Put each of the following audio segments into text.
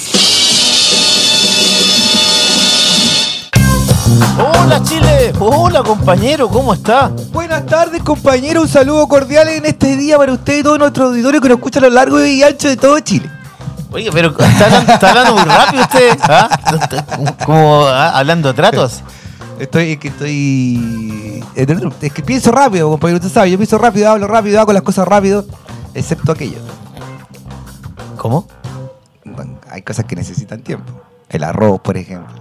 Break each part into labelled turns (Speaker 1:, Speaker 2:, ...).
Speaker 1: Hola Chile, hola compañero, ¿cómo está?
Speaker 2: Buenas tardes compañeros, un saludo cordial en este día para ustedes y todo nuestro auditorio que nos escucha a lo largo y ancho de todo Chile.
Speaker 1: Oye, pero está hablando, está hablando muy rápido usted, ¿ah? Como- Como ah, hablando a tratos.
Speaker 2: Estoy, es que estoy... eh, Es que pienso rápido, compañero, usted sabe, yo pienso rápido, hablo rápido, hago las cosas rápido, excepto aquello.
Speaker 1: ¿Cómo?
Speaker 2: Bueno, Hay cosas que necesitan tiempo. El arroz, por ejemplo.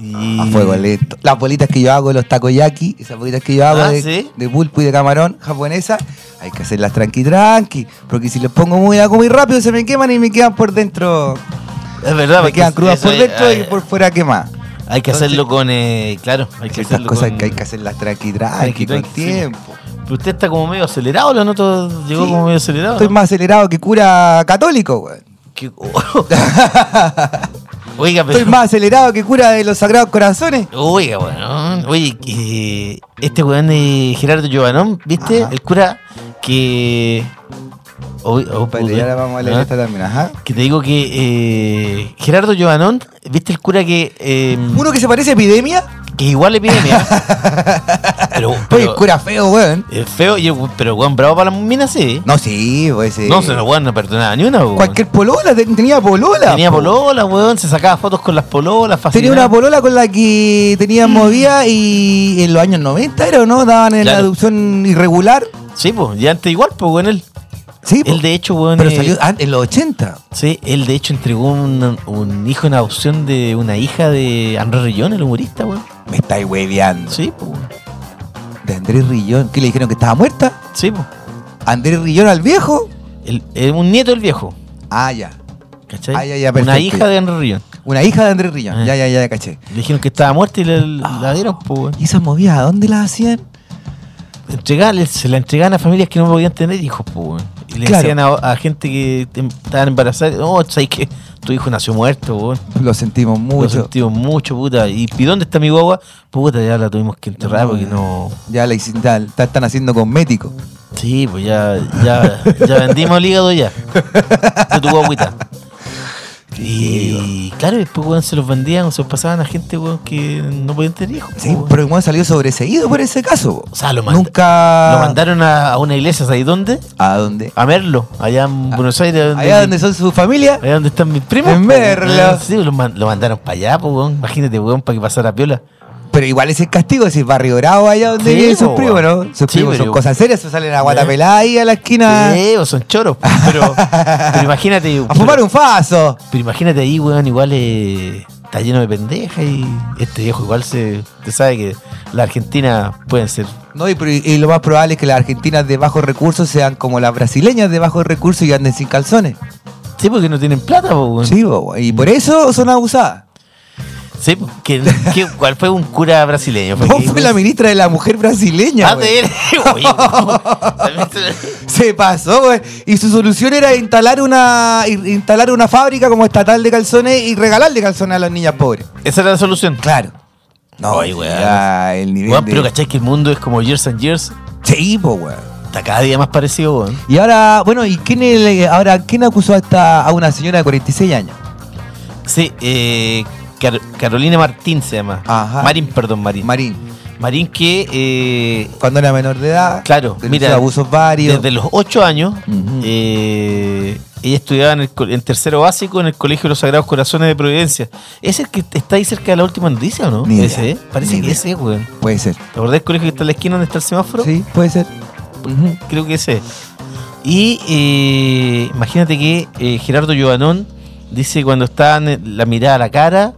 Speaker 1: Y-
Speaker 2: A fuego lento. Las bolitas que yo hago, los takoyaki, esas bolitas que yo hago
Speaker 1: Ah,
Speaker 2: de,
Speaker 1: ¿sí?
Speaker 2: de pulpo y de camarón japonesa, hay que hacerlas tranqui tranqui, porque si los pongo muy, hago muy rápido se me queman y me quedan por dentro
Speaker 1: Es verdad,
Speaker 2: me
Speaker 1: porque
Speaker 2: quedan crudas
Speaker 1: eso
Speaker 2: por
Speaker 1: hay-
Speaker 2: dentro
Speaker 1: hay,
Speaker 2: y por fuera quemadas.
Speaker 1: hay que hacerlo con, eh, claro, hay que
Speaker 2: Ciertas
Speaker 1: hacerlo
Speaker 2: cosas
Speaker 1: con-
Speaker 2: que hay que hacerlas tranqui tranqui,
Speaker 1: Tranqui,
Speaker 2: con
Speaker 1: tranqui, sí.
Speaker 2: tiempo.
Speaker 1: Pero Usted está como medio acelerado, lo noto, llegó
Speaker 2: Sí.
Speaker 1: como medio acelerado.
Speaker 2: Estoy
Speaker 1: ¿no?
Speaker 2: más acelerado que cura católico, güey.
Speaker 1: Que- Oiga, pero...
Speaker 2: Estoy más acelerado que cura de los Sagrados Corazones.
Speaker 1: Oiga, bueno, oye, que este weón de Gerardo Giovanón, ¿viste?
Speaker 2: Ajá.
Speaker 1: El cura que... Oy- oh,
Speaker 2: Compadre,
Speaker 1: puta.
Speaker 2: y ahora vamos a leer
Speaker 1: Ah.
Speaker 2: esta también, ajá.
Speaker 1: Que te digo que eh, Gerardo Giovanón, ¿viste el cura que, eh,
Speaker 2: Uno que se parece a epidemia.
Speaker 1: que igual epidemia? pero
Speaker 2: Oye,
Speaker 1: pero,
Speaker 2: cura feo, güey.
Speaker 1: eh, feo, y- pero weón, bravo para las minas, sí.
Speaker 2: No, sí, pues sí.
Speaker 1: No se lo weón, no perdonaba ni una, weón.
Speaker 2: Cualquier polola, te- tenía polola. ¿eh?
Speaker 1: Tenía
Speaker 2: po.
Speaker 1: polola, weón, se sacaba fotos con las pololas,
Speaker 2: Tenía una
Speaker 1: fascinado.
Speaker 2: polola con la que tenía movida y en los años 90 era, ¿o ¿no? Daban en la
Speaker 1: Claro.
Speaker 2: adopción irregular.
Speaker 1: Sí, pues, y antes igual, pues, weón, él.
Speaker 2: Sí, po.
Speaker 1: Él de hecho, weón.
Speaker 2: pero
Speaker 1: eh,
Speaker 2: salió ah, en los 80.
Speaker 1: Sí, él de hecho entregó un, un hijo en adopción de una hija de Andrés Rillón, el humorista, weón.
Speaker 2: Me estáis hueveando.
Speaker 1: Sí, pues, weón.
Speaker 2: De Andrés Rillón, que le dijeron que estaba muerta.
Speaker 1: Sí, pues.
Speaker 2: Andrés Rillón al viejo.
Speaker 1: El- eh, Un nieto del viejo.
Speaker 2: Ah, ya.
Speaker 1: ¿Cachai?
Speaker 2: Ah, ya, ya,
Speaker 1: Una
Speaker 2: perfecto.
Speaker 1: hija de Andrés Río.
Speaker 2: Una hija de Andrés Rillón.
Speaker 1: Ah.
Speaker 2: Ya, ya, ya, ya, caché.
Speaker 1: Le dijeron que estaba muerta y la,
Speaker 2: Ah.
Speaker 1: la dieron, pues, weón.
Speaker 2: ¿Y esas movidas a dónde las hacían?
Speaker 1: Entregarle- se la entregaban a familias que no podían tener hijos, pues, weón. Y le
Speaker 2: Claro.
Speaker 1: decían a, a gente que te- estaban embarazadas, oh, ¿sabes que tu hijo nació muerto, weón.
Speaker 2: Lo sentimos
Speaker 1: Lo
Speaker 2: mucho.
Speaker 1: sentimos mucho, puta. ¿Y ¿y dónde está mi guagua? Puta, ya la tuvimos que enterrar porque no.
Speaker 2: Ya la hicieron, ya la están haciendo cosmético.
Speaker 1: Sí, pues ya, ya, ya vendimos el hígado ya. De tu guaguita. Y claro, después weón, se los vendían, se los pasaban a gente weón, que no podían tener hijos.
Speaker 2: Sí,
Speaker 1: po, weón.
Speaker 2: pero igual salió sobreseído por ese caso. po.
Speaker 1: O sea, lo manda-
Speaker 2: Nunca.
Speaker 1: Lo mandaron a, a una iglesia, ¿sabes dónde?
Speaker 2: ¿A dónde?
Speaker 1: A Merlo, allá en Buenos Aires.
Speaker 2: Ah, Allá donde son su familia.
Speaker 1: allá donde están mis primos.
Speaker 2: En
Speaker 1: po,
Speaker 2: Merlo.
Speaker 1: weón. Ah, Sí, lo, man- lo mandaron para allá, po, weón. imagínate, weón, para que pasara piola.
Speaker 2: Pero igual ese castigo, si es barrio bravo allá donde
Speaker 1: Sí,
Speaker 2: viven sus
Speaker 1: po,
Speaker 2: primos, ¿no?
Speaker 1: weón.
Speaker 2: Sus
Speaker 1: Sí,
Speaker 2: primos
Speaker 1: pero
Speaker 2: son
Speaker 1: igual.
Speaker 2: cosas serias, se salen a
Speaker 1: Sí.
Speaker 2: guatapelá ahí a la esquina.
Speaker 1: Sí, o son choros, po, pero, pero imagínate.
Speaker 2: Ah. A fumar un faso.
Speaker 1: Pero imagínate ahí, weón, igual eh, está lleno de pendejas y este viejo igual se. Te sabe que la Argentina pueden ser.
Speaker 2: No, y, pro- y lo más probable es que las argentinas de bajos recursos sean como las brasileñas de bajos recursos y anden sin calzones.
Speaker 1: Sí, porque no tienen plata, po, weón.
Speaker 2: Sí, po, y por eso son abusadas.
Speaker 1: Sí, po, que, que- ¿Cuál fue un cura brasileño?
Speaker 2: Vos fue la ministra de la mujer brasileña.
Speaker 1: Ah,
Speaker 2: güey.
Speaker 1: de él. Oye, weón.
Speaker 2: Se pasó, güey. Y su solución era instalar una i- instalar una fábrica como estatal de calzones y regalarle calzones a las niñas pobres.
Speaker 1: Esa era la solución.
Speaker 2: Claro. No,
Speaker 1: Ay, güey.
Speaker 2: ya, el nivel
Speaker 1: Weón,
Speaker 2: de-
Speaker 1: pero cachai que el mundo es como years and years.
Speaker 2: Sí, po, güey.
Speaker 1: Está cada día más parecido, weón.
Speaker 2: Y ahora, bueno, ¿y quién el- ahora quién acusó a esta- a una señora de 46 años?
Speaker 1: Sí, eh, Car- Carolina Martín se llama.
Speaker 2: Ajá.
Speaker 1: Marín, perdón, Marín.
Speaker 2: Marín,
Speaker 1: Marín que eh,
Speaker 2: cuando era menor de edad.
Speaker 1: Claro,
Speaker 2: denunció
Speaker 1: mira,
Speaker 2: abusos varios.
Speaker 1: Desde los 8 años,
Speaker 2: Ujú.
Speaker 1: eh, ella estudiaba en, el co- en tercero básico en el Colegio de los Sagrados Corazones de Providencia. ¿Es el que está ahí cerca de la última noticia o no?
Speaker 2: Ni idea,
Speaker 1: ese, ¿eh? Parece
Speaker 2: ni
Speaker 1: que
Speaker 2: idea.
Speaker 1: ese, weón.
Speaker 2: Puede ser.
Speaker 1: ¿Te acordás del colegio que está en la esquina donde está el semáforo?
Speaker 2: Sí, puede ser. Ujú.
Speaker 1: Creo que ese. Y eh, imagínate que eh, Gerardo Giovanón dice cuando estaban eh, la mirada a la cara,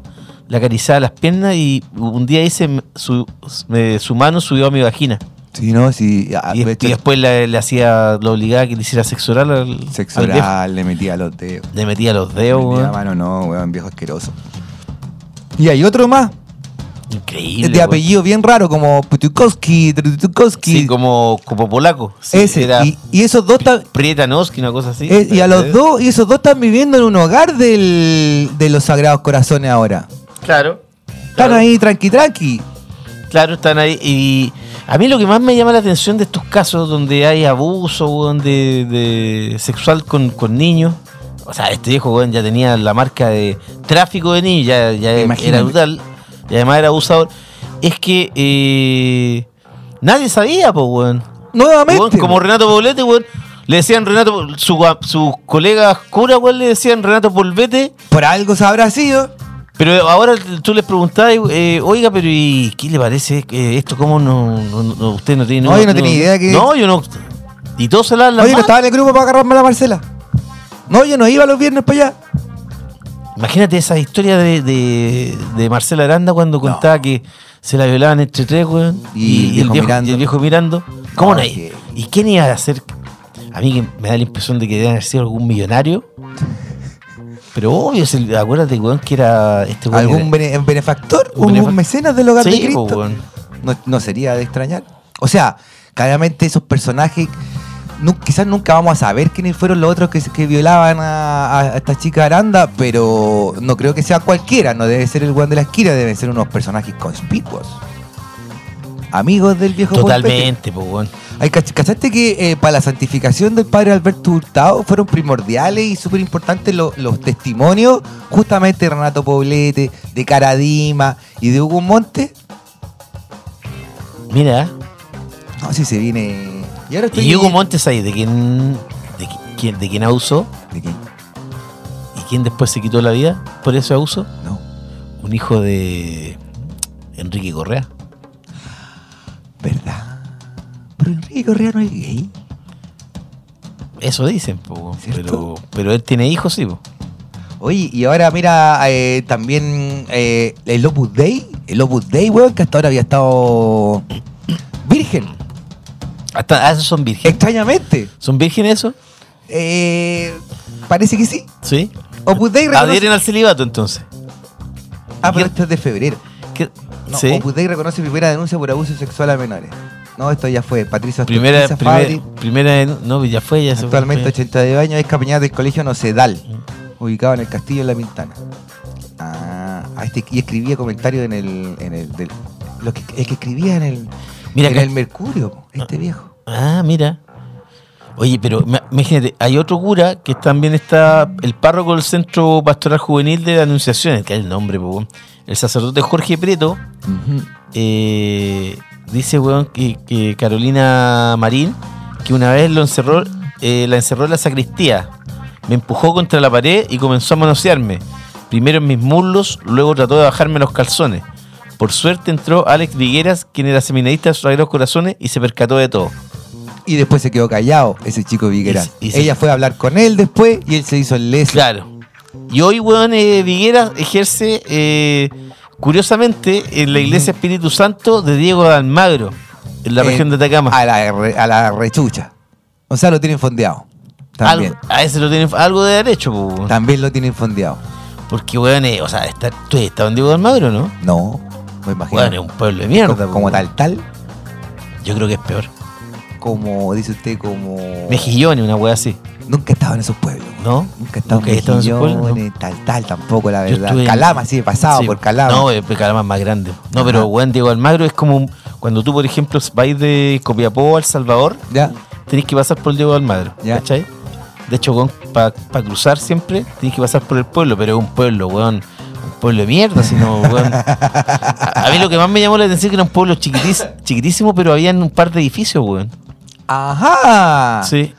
Speaker 1: la acariciada a las piernas y un día dice "M- su, s- me- su mano subió a mi vagina.
Speaker 2: Sí, no, sí. ah,
Speaker 1: y,
Speaker 2: de
Speaker 1: des-
Speaker 2: hecho,
Speaker 1: y después la- le hacía, lo obligaba a que le hiciera sexo oral al,
Speaker 2: sexo
Speaker 1: al viejo.
Speaker 2: oral, le metía los dedos.
Speaker 1: Le metía los dedos,
Speaker 2: Le metía
Speaker 1: weón.
Speaker 2: la mano, no, weón, viejo asqueroso. Y hay otro más,
Speaker 1: Increíble.
Speaker 2: de
Speaker 1: weón.
Speaker 2: apellido bien raro, como Putukowski, Trutukowski.
Speaker 1: Sí, como, como polaco. Sí,
Speaker 2: ese.
Speaker 1: era
Speaker 2: Y, y esos dos tan-
Speaker 1: Prieta Noski, una cosa así. Eh,
Speaker 2: es- y a los dos, y esos dos están viviendo en un hogar del, de los Sagrados Corazones ahora.
Speaker 1: Claro.
Speaker 2: Están ahí tranqui tranqui.
Speaker 1: Claro, están ahí. Y a mí lo que más me llama la atención de estos casos donde hay abuso weón, de, de sexual con, con niños. O sea, este viejo weón, ya tenía la marca de tráfico de niños, ya, ya
Speaker 2: Imagínate.
Speaker 1: era brutal. Y además era abusador. Es que eh, nadie sabía, pues, weón.
Speaker 2: Nuevamente.
Speaker 1: Weón, como Renato Poblete, weón. Le decían Renato, Pol- su- a- sus colegas curas, weón, le decían Renato Polvete.
Speaker 2: Por algo se habrá sido.
Speaker 1: Pero ahora tú les preguntás, eh, oiga, pero ¿y qué le parece eh, esto? ¿Cómo no, no- no- usted no tiene
Speaker 2: No, yo no tenía idea que-
Speaker 1: No, yo no. Y todos se la la
Speaker 2: Oye, no
Speaker 1: mano.
Speaker 2: estaba en el grupo para agarrarme a la Marcela. No, yo no iba los viernes para allá.
Speaker 1: Imagínate esa historia de, de, de Marcela Aranda cuando contaba que se la violaban entre tres, weón.
Speaker 2: Y el viejo mirando.
Speaker 1: y el viejo mirando. ¿Cómo
Speaker 2: No,
Speaker 1: no,
Speaker 2: es que-
Speaker 1: ¿Y quién iba a hacer? A mí que me da la impresión de que debe haber sido algún millonario. Pero obvio, se- acuérdate, weón, que era este weón.
Speaker 2: ¿Algún
Speaker 1: era-
Speaker 2: bene- benefactor?
Speaker 1: Un
Speaker 2: ¿Un,
Speaker 1: benefac-
Speaker 2: mecenas del hogar de
Speaker 1: Sí, po,
Speaker 2: Cristo?
Speaker 1: weón.
Speaker 2: no, no sería de extrañar. O sea, claramente esos personajes, nu- quizás nunca vamos a saber quiénes fueron los otros que, se- que violaban a, a- a esta chica Aranda, pero no creo que sea cualquiera, no debe ser el guan de la esquina, deben ser unos personajes conspicuos. Amigos del viejo Pompete.
Speaker 1: Totalmente, pues, weón.
Speaker 2: Ay, cach- ¿Cachaste que eh, para la santificación del padre Alberto Hurtado fueron primordiales y súper importantes lo- los testimonios justamente de Renato Poblete, de Caradima y de Hugo Montes?
Speaker 1: Mira.
Speaker 2: No, si se viene. Y ahora estoy.
Speaker 1: Y Hugo Montes ahí, de quien, de qui- quien, de quien abusó
Speaker 2: ¿De quién?
Speaker 1: y quien después se quitó la vida por ese abuso,
Speaker 2: No.
Speaker 1: un hijo de Enrique Correa.
Speaker 2: ¿Verdad? Pero Enrique Correa no es gay.
Speaker 1: Eso dicen, po,
Speaker 2: ¿Cierto?
Speaker 1: pero, pero él tiene hijos, sí. po.
Speaker 2: Oye, y ahora mira, eh, también eh, el Opus Dei. El Opus Dei, weón, que hasta ahora había estado. Virgen.
Speaker 1: Hasta ah, esos son vírgenes.
Speaker 2: Extrañamente.
Speaker 1: ¿Son vírgenes eso?
Speaker 2: Eh, parece que sí.
Speaker 1: Sí.
Speaker 2: Opus Dei reconoce.
Speaker 1: Adhieren al celibato entonces.
Speaker 2: Ah, pero esto es de febrero.
Speaker 1: ¿Qué?
Speaker 2: No, oh,
Speaker 1: sí.
Speaker 2: Opus Dei reconoce primera denuncia por abuso sexual a menores. No, esto ya fue. Patricia
Speaker 1: Primera,
Speaker 2: Patricia Fabri.
Speaker 1: primera, primera, no, pues ya fue, ya se fue. Mm.
Speaker 2: Actualmente 82 años es capellán del colegio Nocedal, ubicado en el Castillo de la Pintana. Ah, ah, este, y escribía comentarios en el. En el del- lo que, el que escribía en el,
Speaker 1: Mira
Speaker 2: en
Speaker 1: que-
Speaker 2: el Mercurio, po, este viejo.
Speaker 1: Ah, mira. Oye, pero ma- imagínate, hay otro cura que también está el párroco del Centro Pastoral Juvenil de la Anunciación, que es el nombre, po, weón. el sacerdote Jorge Prieto, eh, dice, weón, que, que Carolina Marín, que una vez lo encerró, eh, la encerró en la sacristía, me empujó contra la pared y comenzó a manosearme, primero en mis muslos, luego trató de bajarme los calzones. Por suerte entró Alex Vigueras, quien era seminarista de los Sagrados Corazones, y se percató de todo.
Speaker 2: Y después se quedó callado ese chico Viguera.
Speaker 1: Y- y se-
Speaker 2: Ella fue a hablar con él después y él se hizo el les.
Speaker 1: Claro. Y hoy, weón, eh, Vigueras ejerce, eh, curiosamente, en la iglesia Espíritu Santo de Diego de Almagro, en la
Speaker 2: Eh,
Speaker 1: región de Atacama.
Speaker 2: A la, re- a la rechucha. O sea, lo tienen fondeado. También.
Speaker 1: Algo- a ese lo tienen algo de derecho, po, weón.
Speaker 2: También lo tienen fondeado.
Speaker 1: porque, weón, eh, o sea, está, tú has estado en Diego de Almagro, ¿no?
Speaker 2: No, me imagino.
Speaker 1: Weón, es un pueblo de mierda.
Speaker 2: como,
Speaker 1: po,
Speaker 2: como
Speaker 1: weón.
Speaker 2: tal, tal.
Speaker 1: Yo creo que es peor.
Speaker 2: Como dice usted, como.
Speaker 1: Mejillones, una weá así,
Speaker 2: Nunca he estado en esos pueblos.
Speaker 1: ¿no?
Speaker 2: Nunca he estado
Speaker 1: Nunca he estado en
Speaker 2: en
Speaker 1: esos pueblos,
Speaker 2: Mejillones, tal, tal, tampoco, la
Speaker 1: Yo
Speaker 2: verdad.
Speaker 1: estuve en-
Speaker 2: Calama, sí, he pasado
Speaker 1: Sí.
Speaker 2: por Calama.
Speaker 1: No, eh, pero Calama es más grande. No, pero,
Speaker 2: Ajá.
Speaker 1: weón, Diego de Almagro es como un- cuando tú, por ejemplo, vais de Copiapó a El Salvador.
Speaker 2: ¿Ya?
Speaker 1: tenés que pasar por el Diego de Almagro,
Speaker 2: Ya.
Speaker 1: ¿cachai? De hecho, para cruzar siempre tenés que pasar por el pueblo, pero es un pueblo, weón, un pueblo de mierda, sino, weón. A, a mí lo que más me llamó la atención es que era un pueblo chiquitis- chiquitísimo, pero habían un par de edificios, weón.
Speaker 2: ¡Ajá!
Speaker 1: Sí.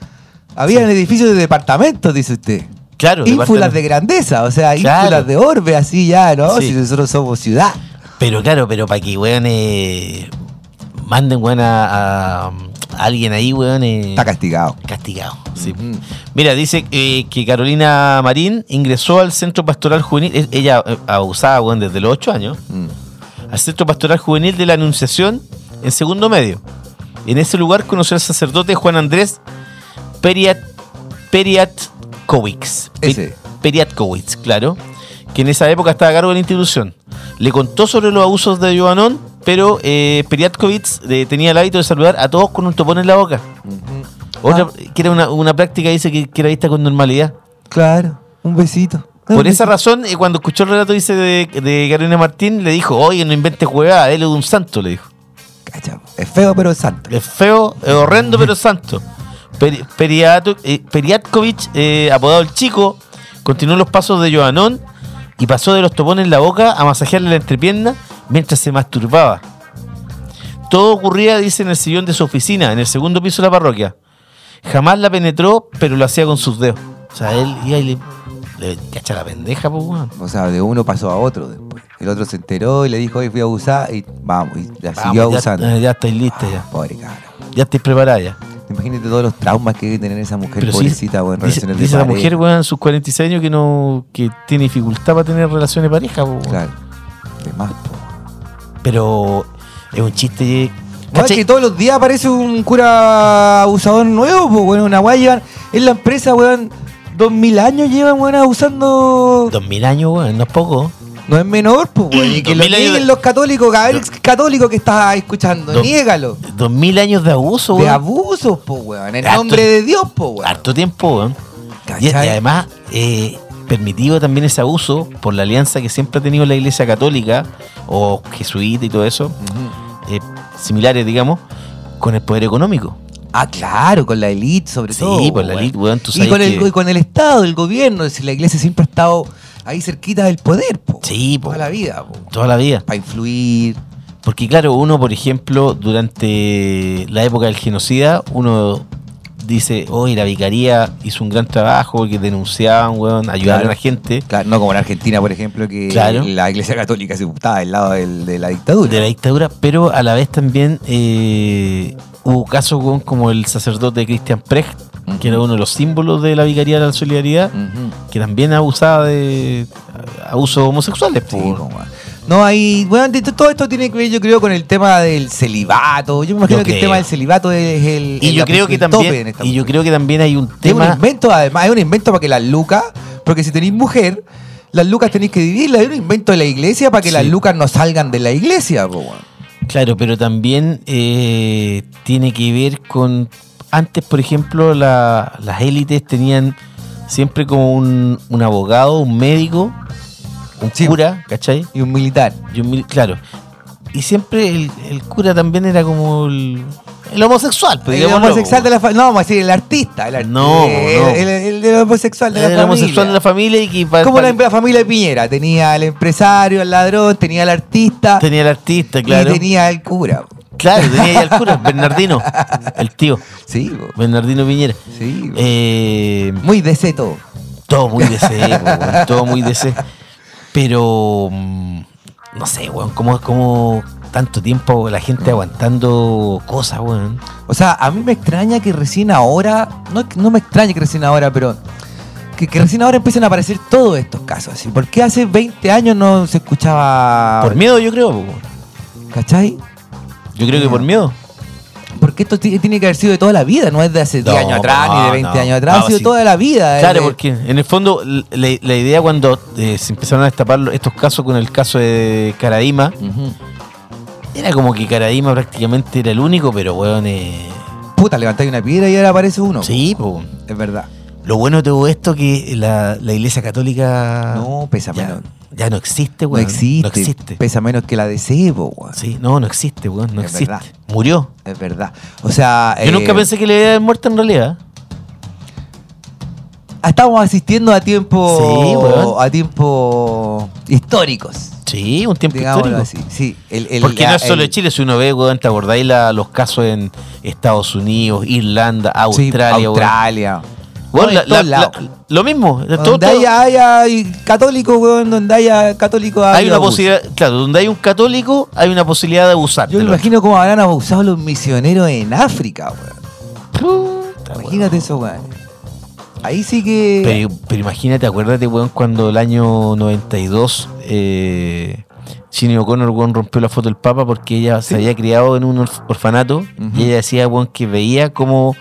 Speaker 2: Había edificios de departamentos, dice usted.
Speaker 1: Claro, de parte
Speaker 2: ínfulas
Speaker 1: de-
Speaker 2: de grandeza, o sea,
Speaker 1: Claro.
Speaker 2: ínfulas de orbe, así ya, ¿no?
Speaker 1: Sí.
Speaker 2: Si nosotros somos ciudad.
Speaker 1: Pero claro, pero para que, weón, eh, manden, weón, a, a- alguien ahí, weón, eh,
Speaker 2: Está Mm. castigado.
Speaker 1: castigado. sí. Mira, dice eh, que Carolina Marín ingresó al Centro Pastoral Juvenil, es- ella eh, abusaba, weón, desde los 8 años, al Centro Pastoral Juvenil de la Anunciación en segundo medio. En ese lugar conoció al sacerdote Juan Andrés Periat, Periatkowicz. Pe-
Speaker 2: Ese.
Speaker 1: Periatkowicz, claro, que en esa época estaba a cargo de la institución. Le contó sobre los abusos de Joanón, pero eh, Periatkowicz eh, tenía el hábito de saludar a todos con un topón en la boca. Otra,
Speaker 2: Ah,
Speaker 1: que era una, una práctica, dice que, que era vista con normalidad.
Speaker 2: Claro, un besito.
Speaker 1: Por esa razón, eh, cuando escuchó el relato, dice, de, de Carolina Martín, le dijo, oye, no inventes huevada, él es un santo, le dijo.
Speaker 2: Cacha, es feo, pero es santo.
Speaker 1: Es feo, es horrendo, pero es santo. Peri- Periatu- eh, Periatkovich, eh, apodado el chico, continuó los pasos de Joanón y pasó de los topones en la boca a masajearle la entrepierna mientras se masturbaba. Todo ocurría, dice, en el sillón de su oficina, en el segundo piso de la parroquia. Jamás la penetró, pero lo hacía con sus dedos. O sea, él iba y le, le cacha la pendeja, pues, weón.
Speaker 2: O sea, de uno pasó a otro después. El otro se enteró y le dijo, oye, fui a abusar y vamos, y la
Speaker 1: Vamos,
Speaker 2: siguió
Speaker 1: ya-
Speaker 2: abusando. Ah,
Speaker 1: eh, Ya, estáis lista, ya.
Speaker 2: Pobre cabrón.
Speaker 1: Ya estáis preparada, ya.
Speaker 2: Imagínate todos los traumas que debe tener esa mujer,
Speaker 1: Pero sí,
Speaker 2: pobrecita, weón, en
Speaker 1: dice,
Speaker 2: relaciones de
Speaker 1: dice la
Speaker 2: pareja.
Speaker 1: mujer, weón, a sus 46 años que no que tiene dificultad para tener relaciones de pareja, po, weón.
Speaker 2: Claro. De más, po.
Speaker 1: Pero es un chiste.
Speaker 2: No, es
Speaker 1: ¿cachai?
Speaker 2: que todos los días aparece un cura abusador nuevo, pues, weón. Una weá llevan en la empresa, weón. Dos mil años llevan, weón, abusando.
Speaker 1: 2000 años, weón, no es poco.
Speaker 2: No es menor, pues, weón. Y que lo
Speaker 1: 2000 años de-
Speaker 2: nieguen los católicos, cabrón, católico que estás escuchando.
Speaker 1: Dos-
Speaker 2: Niégalo.
Speaker 1: 2000 años de abuso,
Speaker 2: De
Speaker 1: weón.
Speaker 2: abusos, pues, weón. En
Speaker 1: Harto-
Speaker 2: nombre de Dios, pues, weón.
Speaker 1: Harto tiempo, weón. Y, y
Speaker 2: ¿Cachai?
Speaker 1: además, eh, permitido también ese abuso por la alianza que siempre ha tenido la iglesia católica o jesuita y todo eso, eh, similares, digamos, con el poder económico.
Speaker 2: Ah, claro, con la elite, sobre
Speaker 1: Sí,
Speaker 2: todo.
Speaker 1: con la elite, weón, tú
Speaker 2: y
Speaker 1: sabes
Speaker 2: con, el,
Speaker 1: que-
Speaker 2: y con el Estado, el gobierno. Si la iglesia siempre ha estado ahí cerquita del poder, pues.
Speaker 1: Sí, po.
Speaker 2: Toda la vida, pues.
Speaker 1: Toda la vida.
Speaker 2: Para influir.
Speaker 1: Porque claro, uno, por ejemplo, durante la época del genocida, uno dice, hoy la vicaría hizo un gran trabajo porque denunciaban, weón, ayudaron
Speaker 2: Claro.
Speaker 1: a la gente
Speaker 2: Claro, no como en Argentina, por ejemplo, que
Speaker 1: Claro.
Speaker 2: la iglesia católica se estaba del lado del- de la dictadura.
Speaker 1: de la dictadura, pero a la vez también eh, hubo casos weón, como el sacerdote Christian Precht, que era uno de los símbolos de la vicaría de la solidaridad,
Speaker 2: Ujú.
Speaker 1: que también abusaba de abusos homosexuales.
Speaker 2: Sí,
Speaker 1: po, weón.
Speaker 2: po, weón. no, hay. Bueno, de- todo esto tiene que ver, yo creo, con el tema del celibato. Yo me imagino
Speaker 1: Yo
Speaker 2: que el
Speaker 1: creo.
Speaker 2: tema del celibato es el.
Speaker 1: y
Speaker 2: el-
Speaker 1: yo creo que
Speaker 2: el tope en
Speaker 1: también,
Speaker 2: esta
Speaker 1: y yo
Speaker 2: cuestión.
Speaker 1: creo que también hay un
Speaker 2: Es un
Speaker 1: tema.
Speaker 2: invento, además, es un invento para que las lucas, porque si tenéis mujer, las lucas tenéis que dividirlas, es un invento de la iglesia para que
Speaker 1: Sí.
Speaker 2: las lucas no salgan de la iglesia, po, weón.
Speaker 1: Claro, pero también eh, tiene que ver con. Antes, por ejemplo, la- las élites tenían siempre como un, un abogado, un médico, un
Speaker 2: Sí.
Speaker 1: cura, ¿cachai?
Speaker 2: y un militar.
Speaker 1: Y un mil- claro. Y siempre el, el cura también era como el, el homosexual, pues,
Speaker 2: El
Speaker 1: digámoslo,
Speaker 2: homosexual de la familia. No, vamos a decir el artista. El artista.
Speaker 1: No, no.
Speaker 2: El, el- el homosexual de la
Speaker 1: pues. el
Speaker 2: familia.
Speaker 1: homosexual de la familia y que pa-
Speaker 2: Como
Speaker 1: pa-
Speaker 2: la, la familia de Piñera. Tenía al empresario, al ladrón, tenía al artista
Speaker 1: tenía el artista,
Speaker 2: y
Speaker 1: claro.
Speaker 2: tenía al cura.
Speaker 1: Claro, tenía ahí al cura, Bernardino, el tío,
Speaker 2: Sí, po.
Speaker 1: Bernardino Piñera.
Speaker 2: sí. po.
Speaker 1: Eh,
Speaker 2: Muy de ese todo.
Speaker 1: Todo muy DC, po, weón, todo muy DC. Pero mm, no sé, weón, cómo como tanto tiempo la gente
Speaker 2: Mm.
Speaker 1: aguantando cosas, weón.
Speaker 2: O sea, a mí me extraña que recién ahora, no, no me extraña que recién ahora, pero que, que recién ahora empiezan a aparecer todos estos casos. Así. ¿Por qué hace 20 años no se escuchaba?
Speaker 1: Por miedo, yo creo, po, weón.
Speaker 2: ¿Cachai?
Speaker 1: Yo creo que por miedo.
Speaker 2: Porque esto ti- tiene que haber sido de toda la vida, no es de hace 10
Speaker 1: No,
Speaker 2: años atrás, ni de 20
Speaker 1: no.
Speaker 2: años atrás,
Speaker 1: No,
Speaker 2: ha sido
Speaker 1: sí.
Speaker 2: toda la vida. eh,
Speaker 1: Claro,
Speaker 2: desde-
Speaker 1: porque en el fondo la, la idea cuando eh, se empezaron a destapar lo- estos casos con el caso de Caradima,
Speaker 2: Ujú.
Speaker 1: era como que Caradima prácticamente era el único, pero weón, eh,
Speaker 2: Puta, levantáis una piedra y ahora aparece uno.
Speaker 1: sí, po.
Speaker 2: Es verdad.
Speaker 1: Lo bueno de todo esto que la, la iglesia católica
Speaker 2: No, pesa
Speaker 1: ya,
Speaker 2: menos.
Speaker 1: ya no existe,
Speaker 2: No
Speaker 1: weón.
Speaker 2: existe,
Speaker 1: No existe.
Speaker 2: Pesa menos que la de Sebo, weón.
Speaker 1: Sí, no, no existe, weón, no
Speaker 2: Es
Speaker 1: existe.
Speaker 2: verdad. Eh,
Speaker 1: Murió.
Speaker 2: Es verdad. O sea.
Speaker 1: Yo nunca pensé que le iba a dar muerte en realidad.
Speaker 2: Estamos asistiendo a tiempo.
Speaker 1: Sí, weón.
Speaker 2: A tiempo históricos.
Speaker 1: Sí, un tiempo
Speaker 2: Digámoslo
Speaker 1: histórico.
Speaker 2: así. Sí. El, el-
Speaker 1: Porque
Speaker 2: la-
Speaker 1: no es solo
Speaker 2: el-
Speaker 1: Chile, si uno ve, weón, te acordáis la- los casos en Estados Unidos, Irlanda,
Speaker 2: sí,
Speaker 1: Australia, weón.
Speaker 2: Australia.
Speaker 1: Bueno,
Speaker 2: en
Speaker 1: la-
Speaker 2: todos
Speaker 1: la-
Speaker 2: lados.
Speaker 1: la- lo mismo. todo-
Speaker 2: Donde
Speaker 1: todo-
Speaker 2: haya, haya católico, weón, donde haya católico
Speaker 1: hay una
Speaker 2: abuso.
Speaker 1: posibilidad, claro, donde hay un católico, hay una posibilidad de abusar.
Speaker 2: Yo
Speaker 1: del
Speaker 2: me
Speaker 1: otro.
Speaker 2: imagino cómo habrán abusado los misioneros en África, weón.
Speaker 1: Puta, weón.
Speaker 2: Imagínate eso, weón. Ahí sí que.
Speaker 1: Pero, pero imagínate, acuérdate, weón, cuando el año 92 eh, Cine O'Connor, weón, rompió la foto del Papa porque ella se había criado en un orf- orfanato y ella decía, weón, que veía cómo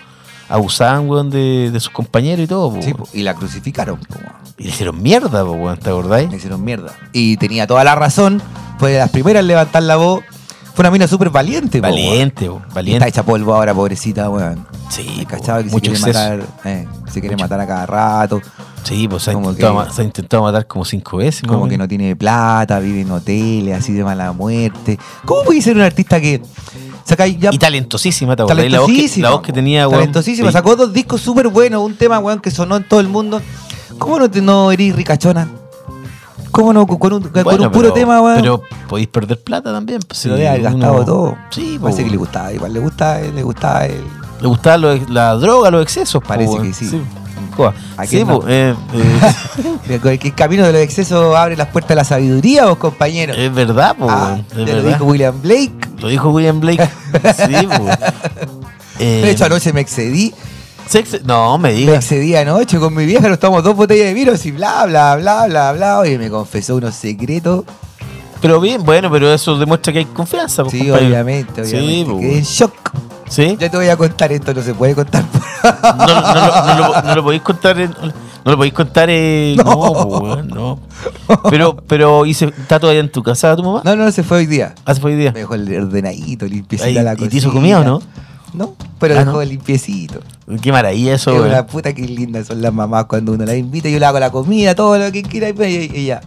Speaker 1: abusaban, weón, de, de sus compañeros y todo, po,
Speaker 2: Sí,
Speaker 1: weón.
Speaker 2: po, y la crucificaron, po, weón.
Speaker 1: Y le hicieron mierda, po, weón, ¿te acordáis?
Speaker 2: Le hicieron mierda. Y tenía toda la razón. Fue de las primeras en levantar la voz. Fue una mina súper valiente, po, weón.
Speaker 1: Valiente, po,
Speaker 2: Está
Speaker 1: valiente.
Speaker 2: hecha polvo ahora, pobrecita, weón.
Speaker 1: Sí,
Speaker 2: Me cachaba
Speaker 1: po,
Speaker 2: que se
Speaker 1: mucho
Speaker 2: quiere
Speaker 1: exceso.
Speaker 2: matar. eh, se quiere matar a cada rato.
Speaker 1: Sí, pues se ha,
Speaker 2: Como
Speaker 1: intentado,
Speaker 2: que-
Speaker 1: ma- se ha intentado matar como cinco veces. más o
Speaker 2: Como que
Speaker 1: menos.
Speaker 2: no tiene plata, vive en hoteles, así de mala muerte. ¿Cómo puede ser un artista que saca ya
Speaker 1: Y talentosísima, ¿te acordáis? La voz que, la voz que
Speaker 2: po.
Speaker 1: tenía, weón.
Speaker 2: Talentosísima.
Speaker 1: Sí.
Speaker 2: Sacó dos discos súper buenos, un tema, weón, que sonó en todo el mundo. ¿Cómo no, te, no erís ricachona? ¿Cómo no? Con con un, con
Speaker 1: Bueno,
Speaker 2: un puro
Speaker 1: pero-
Speaker 2: tema, weón.
Speaker 1: Pero podéis perder plata también. Pues,
Speaker 2: se
Speaker 1: si
Speaker 2: lo debe haber
Speaker 1: uno-
Speaker 2: gastado todo.
Speaker 1: Sí, po,
Speaker 2: Parece que pues, le
Speaker 1: le,
Speaker 2: gustaba, igual le gustaba, le gustaba el.
Speaker 1: gustaba lo- la droga, los excesos. po,
Speaker 2: Parece
Speaker 1: weón.
Speaker 2: que sí.
Speaker 1: Joa.
Speaker 2: ¿A
Speaker 1: Sí,
Speaker 2: quién
Speaker 1: po,
Speaker 2: no?
Speaker 1: eh, eh,
Speaker 2: El que el camino de los excesos abre las puertas a la sabiduría, vos, compañero.
Speaker 1: es verdad, po,
Speaker 2: Ah,
Speaker 1: weón, Oh, es
Speaker 2: ya lo
Speaker 1: verdad.
Speaker 2: dijo William Blake.
Speaker 1: Lo dijo William Blake. sí, po. Eh,
Speaker 2: De hecho, anoche me excedí.
Speaker 1: sex- No, me
Speaker 2: Me
Speaker 1: digas.
Speaker 2: excedí anoche con mi vieja, nos tomamos dos botellas de vino y bla, bla, bla, bla, bla. Y me confesó unos secretos.
Speaker 1: Pero bien, bueno, pero eso demuestra que hay confianza. po,
Speaker 2: Sí,
Speaker 1: compadre.
Speaker 2: obviamente, obviamente.
Speaker 1: Sí, po,
Speaker 2: Quedé en
Speaker 1: weón.
Speaker 2: shock.
Speaker 1: Sí.
Speaker 2: Ya te voy a contar esto, no se puede contar.
Speaker 1: No, no, lo- no lo, no lo podéis contar. en- no lo podéis contar. eh, no, po, weón, no. Pero, pero ¿y se- ¿está todavía en tu casa tu mamá?
Speaker 2: No, no, no se fue hoy día.
Speaker 1: Hace fue hoy día.
Speaker 2: Me dejó el ordenadito, limpiecita
Speaker 1: Ay,
Speaker 2: la
Speaker 1: ¿y
Speaker 2: cocina.
Speaker 1: te hizo comida o no?
Speaker 2: No, pero
Speaker 1: Ah,
Speaker 2: dejó
Speaker 1: ¿no?
Speaker 2: limpiecito.
Speaker 1: Qué maravilla eso,
Speaker 2: Es
Speaker 1: weón.
Speaker 2: una puta que linda son las mamás cuando uno las invita. Yo le hago la comida, todo lo que quiera. Y pues, ella- ella,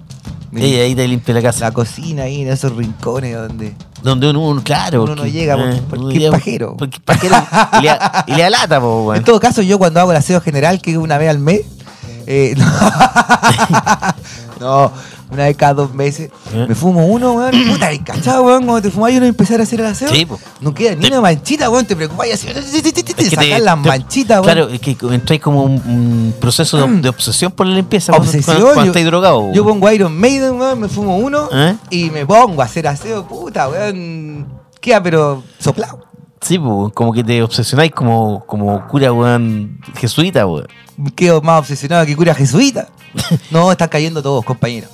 Speaker 1: Ella ahí te limpia la casa.
Speaker 2: la cocina ahí en esos rincones donde.
Speaker 1: Donde uno, uno- claro. eh,
Speaker 2: Uno no llega, porque- porque es pajero.
Speaker 1: Porque es pajero y le da- y le da lata, po, weón.
Speaker 2: En todo caso, yo cuando hago el aseo general, que es una vez al mes. eh, no. No, una vez cada dos meses.
Speaker 1: ¿Eh?
Speaker 2: Me fumo uno, weón. Puta, ¿y cachado, weón. Cuando te fumáis uno y empezar a hacer el aseo.
Speaker 1: Sí, po.
Speaker 2: No queda ni
Speaker 1: Te-
Speaker 2: una manchita, weón. Te preocupáis así.
Speaker 1: Es
Speaker 2: Te
Speaker 1: que
Speaker 2: sacas
Speaker 1: te-
Speaker 2: las
Speaker 1: te-
Speaker 2: manchitas, weón. Mm.
Speaker 1: Claro, es que entráis como un, un proceso de, de obsesión por la limpieza. cuando-
Speaker 2: Obsesión.
Speaker 1: Cuando, cuando
Speaker 2: yo-
Speaker 1: estáis drogado.
Speaker 2: Yo
Speaker 1: weón.
Speaker 2: pongo Iron Maiden, weón, me fumo uno
Speaker 1: ¿Eh?
Speaker 2: y me pongo a hacer aseo, puta, weón. Queda pero soplado.
Speaker 1: Sí, po, weón, como que te obsesionáis como, como cura, weón, jesuita, weón.
Speaker 2: Quedo más obsesionado que cura jesuita. no, están cayendo todos, compañeros.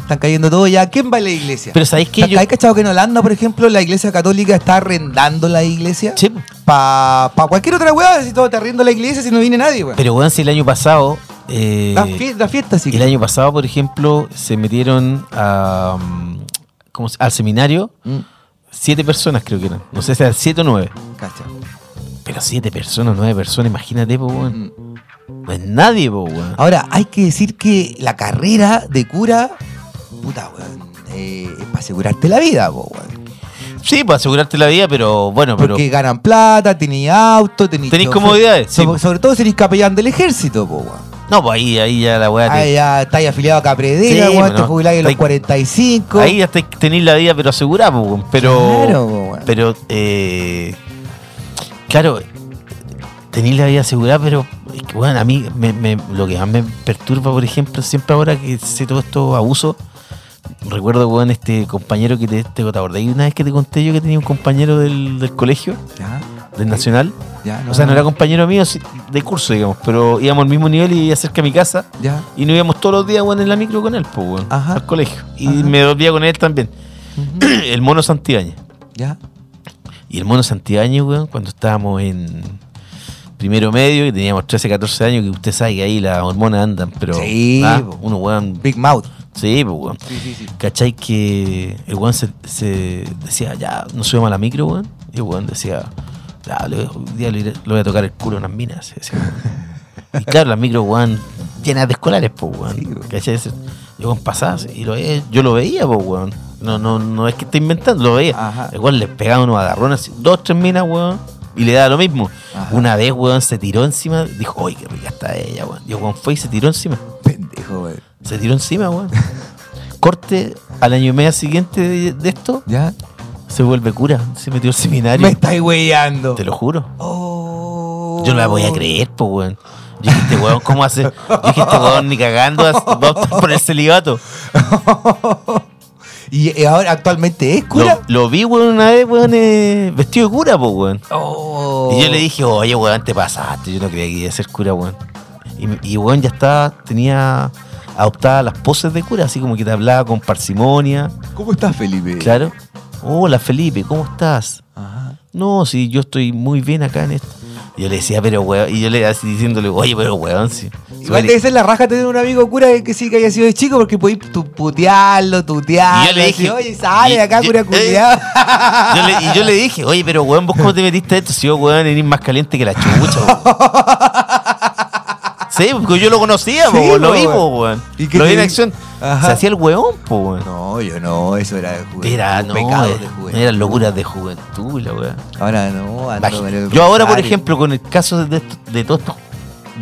Speaker 2: Están cayendo todos ya. ¿Quién va a la iglesia?
Speaker 1: Pero ¿sabéis qué?
Speaker 2: ¿Hay
Speaker 1: Yo-
Speaker 2: cachado que en Holanda, por ejemplo, la iglesia católica está arrendando la iglesia?
Speaker 1: Sí, po.
Speaker 2: Para cualquier otra weá, si todo te arriendo la iglesia, si no viene nadie, weón.
Speaker 1: Pero, weón, si el año pasado. eh,
Speaker 2: La, fie- la fiesta sí.
Speaker 1: El año pasado, por ejemplo, se metieron a, mm, ¿cómo se- al seminario
Speaker 2: Mm,
Speaker 1: siete personas, creo que eran. No sé si eran siete o nueve.
Speaker 2: cacha.
Speaker 1: Pero siete personas, nueve personas, imagínate, po, weón.
Speaker 2: Mm.
Speaker 1: No es nadie, po, weón.
Speaker 2: Ahora, hay que decir que la carrera de cura, puta, weón, eh, es para asegurarte la vida, po, weón.
Speaker 1: Sí, para asegurarte la vida, pero bueno, pero.
Speaker 2: Porque ganan plata, tenéis auto, tenéis.
Speaker 1: Tenís
Speaker 2: chofer.
Speaker 1: comodidades, sí,
Speaker 2: So-
Speaker 1: po.
Speaker 2: sobre todo tenéis capellán del ejército, po, weón.
Speaker 1: No, pues ahí, ahí ya la weá. te-
Speaker 2: Ahí ya estáis afiliado a Capredera,
Speaker 1: Sí,
Speaker 2: weón,
Speaker 1: bueno,
Speaker 2: te jubiláis a los
Speaker 1: estáis-
Speaker 2: 45.
Speaker 1: Ahí ya te- tenéis la vida, pero asegurada, po, weón. Pero.
Speaker 2: Claro, po, weón.
Speaker 1: Pero, eh. Claro, tenéis la vida asegurada, pero. Es que, bueno, a mí me- me- lo que más me perturba, por ejemplo, siempre ahora que sé todos estos abusos. Recuerdo, weón, este compañero que te, te, te acordás una vez que te conté yo que tenía un compañero del, del colegio,
Speaker 2: Ya,
Speaker 1: del Nacional.
Speaker 2: ya,
Speaker 1: O sea, no era compañero mío sí, de curso, digamos, pero íbamos al mismo nivel y vivía cerca de mi casa.
Speaker 2: Ya.
Speaker 1: Y nos íbamos todos los días, weón, en la micro con él, pues, weón,
Speaker 2: Ajá.
Speaker 1: al colegio. Y
Speaker 2: Ajá.
Speaker 1: me volvía con él también.
Speaker 2: ujú,
Speaker 1: el mono Santibañez.
Speaker 2: Ya.
Speaker 1: Y el mono Santibañez, weón, cuando estábamos en primero medio y teníamos 13, 14 años, que usted sabe que ahí las hormonas andan, pero.
Speaker 2: Sí,
Speaker 1: ah,
Speaker 2: po.
Speaker 1: uno, weón.
Speaker 2: Big Mouth.
Speaker 1: Sí, pues, weón.
Speaker 2: Sí, sí, sí.
Speaker 1: ¿Cachai que el weón se, se decía, ya, nos subimos a la micro, weón? Y el weón decía, ya, le- hoy día le, iré- le voy a tocar el culo a unas minas. decía, weón. Y claro, las micro, weón, llenas de escolares, pues, weón.
Speaker 2: Sí, weón.
Speaker 1: ¿Cachai? Ese- Y weón pasaba así, y lo veía- yo lo veía, pues, weón. No, no, no es que esté inventando, lo veía.
Speaker 2: Ajá.
Speaker 1: El weón le pegaba unos agarrones, así, dos, tres minas, weón. Y le daba lo mismo.
Speaker 2: Ajá.
Speaker 1: Una vez, weón, se tiró encima. Dijo, uy, qué rica está ella, weón. Y el weón fue y se tiró encima.
Speaker 2: Pendejo, weón.
Speaker 1: Se tiró encima, weón. Corte al año y medio siguiente de, de esto,
Speaker 2: Ya.
Speaker 1: se vuelve cura. Se metió al seminario.
Speaker 2: Me estáis weyando.
Speaker 1: Te lo juro.
Speaker 2: Oh.
Speaker 1: Yo no la voy a creer, pues, weón. Yo dije, este weón, ¿cómo hace? Yo dije, este weón, ni cagando hace- va a optar por el celibato.
Speaker 2: y eh, ahora actualmente es cura.
Speaker 1: Lo, lo vi, weón, una vez, weón, eh, vestido de cura, pues, weón.
Speaker 2: Oh.
Speaker 1: Y yo le dije, oye, weón, te pasaste. Yo no creía que iba a ser cura, weón. Y, y weón, ya estaba, tenía adoptada las poses de cura, así como que te hablaba con parsimonia.
Speaker 2: ¿Cómo estás, Felipe?
Speaker 1: Claro. Hola, Felipe, ¿cómo estás?
Speaker 2: Ajá.
Speaker 1: No, sí, yo estoy muy bien acá en esto. Y yo le decía, pero weón, y yo le así diciéndole, oye, pero weón, sí.
Speaker 2: Igual debe ser la raja tener un amigo cura que sí que haya sido de chico porque podéis tu- putearlo, tutearlo.
Speaker 1: Y yo le
Speaker 2: así,
Speaker 1: dije-
Speaker 2: oye, sale de acá,
Speaker 1: y-
Speaker 2: cura
Speaker 1: eh,
Speaker 2: culiado.
Speaker 1: Yo le- y yo le dije, oye, pero weón, ¿vos cómo te metiste a esto? Si yo, weón, eres más caliente que la chucha, weón. Sí, porque yo lo conocía,
Speaker 2: Sí,
Speaker 1: po, lo vi,
Speaker 2: weón.
Speaker 1: po, weón.
Speaker 2: ¿Y qué
Speaker 1: Lo
Speaker 2: te
Speaker 1: vi en
Speaker 2: di-
Speaker 1: acción.
Speaker 2: Ajá.
Speaker 1: Se hacía el weón, po, weón.
Speaker 2: No, yo no, eso era de juventud.
Speaker 1: Era,
Speaker 2: un
Speaker 1: no,
Speaker 2: pecado de
Speaker 1: era-
Speaker 2: juventud.
Speaker 1: eran locuras de juventud, la weón.
Speaker 2: Ahora no, ando con el
Speaker 1: Yo ahora, por
Speaker 2: rosario.
Speaker 1: ejemplo, con el caso de, esto- de todos estos